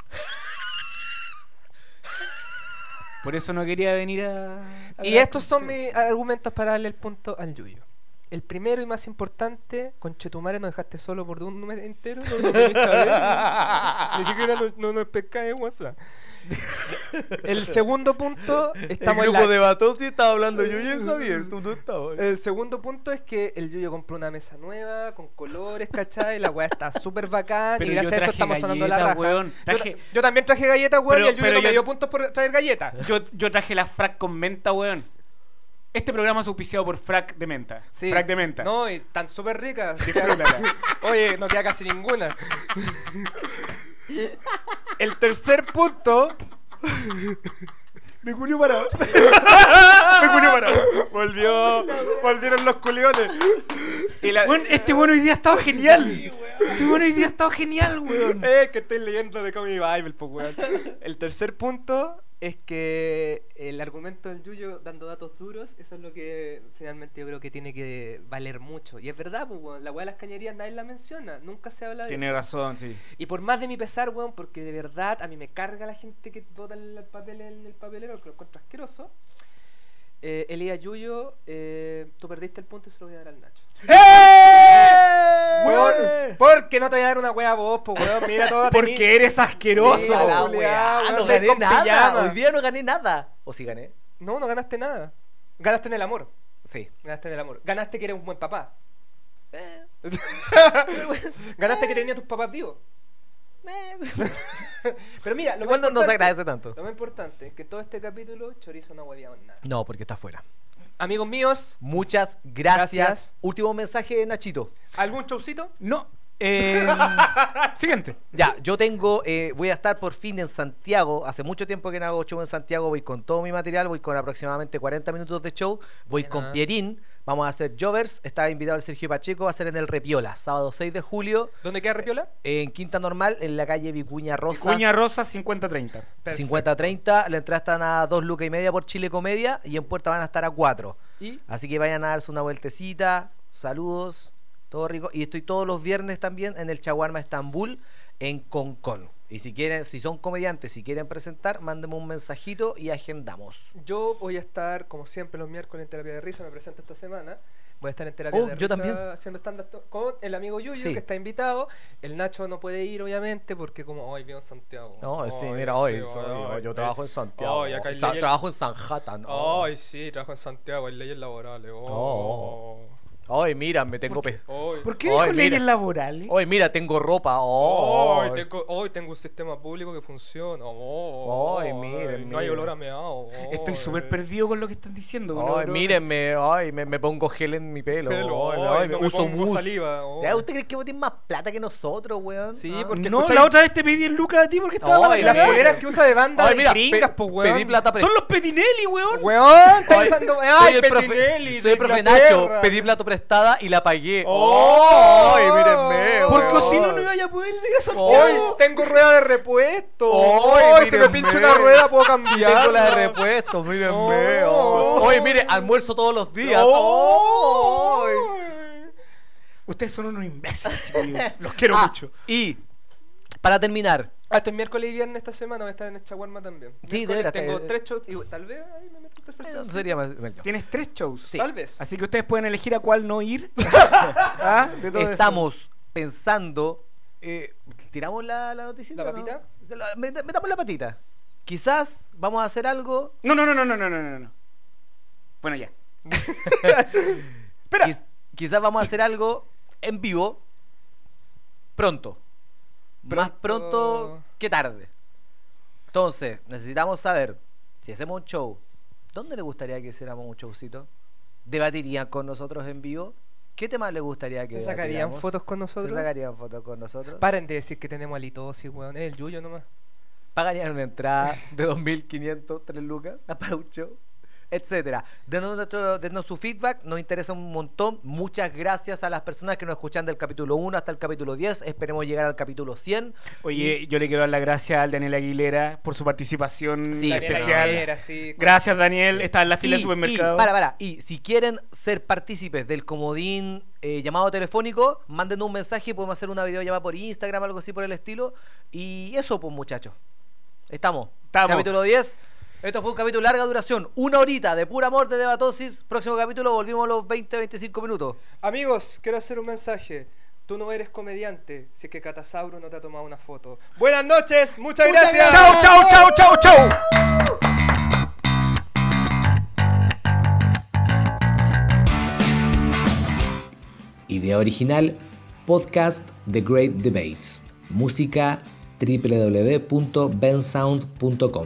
Speaker 4: Por eso no quería venir a. a
Speaker 1: Y
Speaker 4: hablar
Speaker 1: estos
Speaker 4: con
Speaker 1: son
Speaker 4: usted.
Speaker 1: mis argumentos para darle el punto al Yuyo. El primero y más importante, Conchetumare nos dejaste solo por un mes entero. No, nos viniste a ver, ni- ni siquiera no, no nos pescáis en WhatsApp. El segundo punto, estamos en la-
Speaker 3: Batosi estaba hablando yo y el Javier, tú no estabas.
Speaker 1: el segundo punto es que el Yuyo compró una mesa nueva, con colores, ¿cachai? La weá está súper bacán.
Speaker 4: Pero
Speaker 1: y
Speaker 4: yo
Speaker 1: gracias a eso
Speaker 4: traje
Speaker 1: estamos sonando la
Speaker 4: galletas,
Speaker 1: raja.
Speaker 4: weón.
Speaker 1: Yo ta-
Speaker 4: Traje-
Speaker 1: Yo, también traje galletas, weón,
Speaker 4: Pero-
Speaker 1: y el Yuyo
Speaker 4: pero
Speaker 1: no me
Speaker 4: yo-
Speaker 1: dio puntos por traer galletas.
Speaker 4: Yo, yo traje la frac con menta, weón. Este programa es auspiciado por frac de menta.
Speaker 1: Sí.
Speaker 4: Frac de menta.
Speaker 1: No, y tan súper ricas. Disfrútala. Oye, no queda casi ninguna. El tercer punto.
Speaker 4: Me culió parado. Me culió parado. Volvió. Volvieron los culiones. Weón, este bueno hoy día estaba genial. este bueno hoy día estaba genial, weón. Pues,
Speaker 1: Eh, que estoy leyendo de Comedy Bible, po, weón. El tercer punto es que el argumento del Yuyo dando datos duros, eso es lo que finalmente yo creo que tiene que valer mucho. Y es verdad, pues, weón, la weá de las cañerías nadie la menciona, nunca se habla de
Speaker 4: Tiene
Speaker 1: eso.
Speaker 4: razón, sí.
Speaker 1: Y por más de mi pesar, weón, porque de verdad a mí me carga la gente que bota el papel en el papelero, porque lo encuentro asqueroso. Eh, Elías Yuyo, eh, tú perdiste el punto y se lo voy a dar al Nacho.
Speaker 4: ¡Eh!
Speaker 3: Eh.
Speaker 1: Weón, porque no te voy a dar una wea a vos, po, weón. Mira todo
Speaker 4: Porque eres asqueroso.
Speaker 1: Sí, a la weá, weón,
Speaker 3: no
Speaker 1: estoy
Speaker 3: gané
Speaker 1: con
Speaker 3: nada.
Speaker 1: pijama.
Speaker 3: Hoy día no gané nada. ¿O sí gané?
Speaker 1: No, no ganaste nada. Ganaste en el amor.
Speaker 3: Sí.
Speaker 1: Ganaste en el amor. Ganaste que eres un buen papá.
Speaker 3: Eh.
Speaker 1: Ganaste que tenías tus papás vivos. Pero mira, lo
Speaker 3: Igual
Speaker 1: más
Speaker 3: Eh, no nos
Speaker 1: importante-
Speaker 3: agradece tanto.
Speaker 1: Lo más importante es que todo este capítulo Chorizo no hueveaba en nada.
Speaker 3: No, porque está fuera.
Speaker 1: Amigos míos,
Speaker 3: Muchas gracias.
Speaker 1: Gracias.
Speaker 3: Último mensaje, Nachito.
Speaker 1: ¿algún showcito?
Speaker 4: No. eh, siguiente.
Speaker 3: Ya, yo tengo, eh, voy a estar por fin en Santiago. Hace mucho tiempo que no hago show en Santiago. Voy con todo mi material, voy con aproximadamente 40 minutos de show. Voy con
Speaker 1: Buena.
Speaker 3: Pierín. Vamos a hacer Jovers. Está invitado el Sergio Pacheco. Va a ser en el Repiola, sábado 6 de julio,
Speaker 1: ¿Dónde queda Repiola?
Speaker 3: en Quinta Normal, en la calle Vicuña Rosa.
Speaker 4: Cuña Rosa 50-30.
Speaker 1: Perfecto.
Speaker 3: 50-30. La entrada están a 2 lucas y media por Chile Comedia. Y en Puerta van a estar a 4.
Speaker 1: Y
Speaker 3: Así que vayan a darse una vueltecita. Saludos. Todo rico. Y estoy todos los viernes también en el Chaguarma Estambul, en Concon. Y si quieren, si son comediantes, si quieren presentar, mándenme un mensajito y agendamos.
Speaker 1: yo voy a estar, como siempre, los miércoles en terapia de risa. Me presento esta semana. Voy a estar en terapia
Speaker 3: Oh,
Speaker 1: de
Speaker 3: yo
Speaker 1: risa
Speaker 3: también.
Speaker 1: haciendo stand-up to- con el amigo Yuyo,
Speaker 3: Sí.
Speaker 1: que está invitado. El Nacho no puede ir, obviamente, porque como hoy vivo en Santiago. Ay, sí, ay, ay.
Speaker 3: en
Speaker 1: Ay, acá hay leyes-
Speaker 3: en Sanhattan.
Speaker 1: Ay, sí, trabajo en Santiago, hay leyes laborales. Oh.
Speaker 3: Ay, mira, me tengo pe-
Speaker 1: Ay.
Speaker 4: ¿Por qué
Speaker 3: Ay,
Speaker 4: dijo
Speaker 3: mira.
Speaker 4: leyes laborales?
Speaker 3: Ay, mira, tengo ropa.
Speaker 1: Hoy
Speaker 3: Ay.
Speaker 1: tengo, hoy tengo un sistema público que funciona.
Speaker 3: Ay,
Speaker 1: Ay,
Speaker 3: miren,
Speaker 1: No hay
Speaker 3: miren.
Speaker 1: olor a oh. meao.
Speaker 4: Estoy
Speaker 1: Ay.
Speaker 4: súper perdido con lo que están diciendo.
Speaker 3: Ay,
Speaker 4: bro, bro.
Speaker 3: mírenme, ay, me, me pongo gel en mi pelo.
Speaker 1: Pelo,
Speaker 3: ay,
Speaker 1: ay,
Speaker 3: ay,
Speaker 1: no me
Speaker 3: uso
Speaker 1: pongo
Speaker 3: mousse.
Speaker 1: saliva, oh. ay.
Speaker 3: Ya, ¿Usted cree que vos tenés más plata que nosotros, weón?
Speaker 1: Sí,
Speaker 3: Ah.
Speaker 1: porque
Speaker 4: No,
Speaker 1: escucháis-
Speaker 4: la otra vez te pedí el Lucas a ti porque estaba
Speaker 3: Ay,
Speaker 4: mala
Speaker 1: Y las
Speaker 3: mira.
Speaker 4: calidad.
Speaker 1: poleras que usa de banda
Speaker 3: Ay,
Speaker 1: de
Speaker 3: mira,
Speaker 1: gringas,
Speaker 3: pe-
Speaker 1: po, weón.
Speaker 3: pedí plata pre-
Speaker 4: Son los Petinelli, weón.
Speaker 1: Weón, está
Speaker 3: Ay,
Speaker 1: usando.
Speaker 3: soy
Speaker 1: ¡Ay,
Speaker 3: el profe,
Speaker 1: Petinelli,
Speaker 3: soy el
Speaker 1: de
Speaker 3: profe
Speaker 1: Inglaterra!
Speaker 3: Nacho, pedí plata prestada y la pagué.
Speaker 1: Oh.
Speaker 3: ¡Ay, mírenme!
Speaker 1: Por
Speaker 4: Porque
Speaker 3: weón. Oh.
Speaker 4: si no, no iba a poder ir a
Speaker 1: ¡Hoy
Speaker 4: Santiago.
Speaker 1: tengo rueda de repuesto!
Speaker 3: Ay,
Speaker 1: ¡Hoy se me
Speaker 3: miren,
Speaker 1: pincha una
Speaker 3: mes.
Speaker 1: rueda, puedo
Speaker 3: Y
Speaker 1: cambiar!
Speaker 3: Oh, tengo la de repuesto, mírenme.
Speaker 1: Oh.
Speaker 3: Oye, mire, almuerzo todos los días. Ay.
Speaker 1: Oh.
Speaker 4: Ustedes son unos imbéciles, chiquillos. Los quiero
Speaker 3: Ah,
Speaker 4: mucho.
Speaker 3: Y, para terminar,
Speaker 1: Hasta el miércoles y viernes esta semana voy a estar en el Chaguarma también.
Speaker 3: Sí, de
Speaker 1: Miércoles
Speaker 3: veras,
Speaker 1: Tengo
Speaker 3: te-
Speaker 1: tres shows y tal vez ahí me meto el tercer show.
Speaker 3: sería más...
Speaker 4: Tienes tres shows.
Speaker 3: Sí.
Speaker 1: Tal vez.
Speaker 4: Así que ustedes pueden elegir a cuál no ir. ¿Ah? De todo eso.
Speaker 3: estamos pensando. eh, ¿Tiramos la, la noticia?
Speaker 1: ¿La
Speaker 3: o no?
Speaker 1: papita?
Speaker 3: La- met- metamos la patita. Quizás vamos a hacer algo.
Speaker 4: No, no, no, no, no, no, no, no, no. Bueno, ya.
Speaker 3: Espera. quizás vamos a hacer algo en vivo pronto. Más pronto
Speaker 1: Pronto.
Speaker 3: que tarde. Entonces, necesitamos saber si hacemos un show ¿Dónde le gustaría que hiciéramos un showcito? ¿Debatirían con nosotros en vivo? ¿Qué tema le gustaría que
Speaker 1: ¿Se sacarían
Speaker 3: debatiéramos?
Speaker 1: fotos con nosotros?
Speaker 3: ¿Se sacarían fotos con nosotros?
Speaker 1: Paren de decir que tenemos halitosis, weón. Es el yuyo nomás.
Speaker 3: pagarían una entrada de 2.500, 3 lucas para un show, etcétera. Denos, nuestro- denos su feedback, nos interesa un montón. Muchas gracias a las personas que nos escuchan del capítulo 1 hasta el capítulo 10. Esperemos llegar al capítulo 100.
Speaker 4: Oye, yo le quiero dar las gracias al Daniel Aguilera por su participación
Speaker 3: Sí,
Speaker 1: Daniel
Speaker 4: especial.
Speaker 1: Aguilera, sí.
Speaker 4: Gracias, Daniel. Está en la fila
Speaker 3: y,
Speaker 4: del supermercado.
Speaker 3: y- para, para. Y si quieren ser partícipes del comodín eh, llamado telefónico, mándenos un mensaje, podemos hacer una videollamada por Instagram, algo así por el estilo. Y eso, pues muchachos. Estamos.
Speaker 4: Estamos.
Speaker 3: Capítulo 10. Esto fue un capítulo larga duración, una horita de pura amor de debatosis. Próximo capítulo volvimos a los 20-25 minutos.
Speaker 1: Amigos, quiero hacer un mensaje. Tú no eres comediante si es que Catasauro no te ha tomado una foto. Buenas noches, muchas, gracias.
Speaker 4: Chau, chau, chau, chau, chau.
Speaker 6: Idea original, podcast The Great Debates. Música www.bensound.com.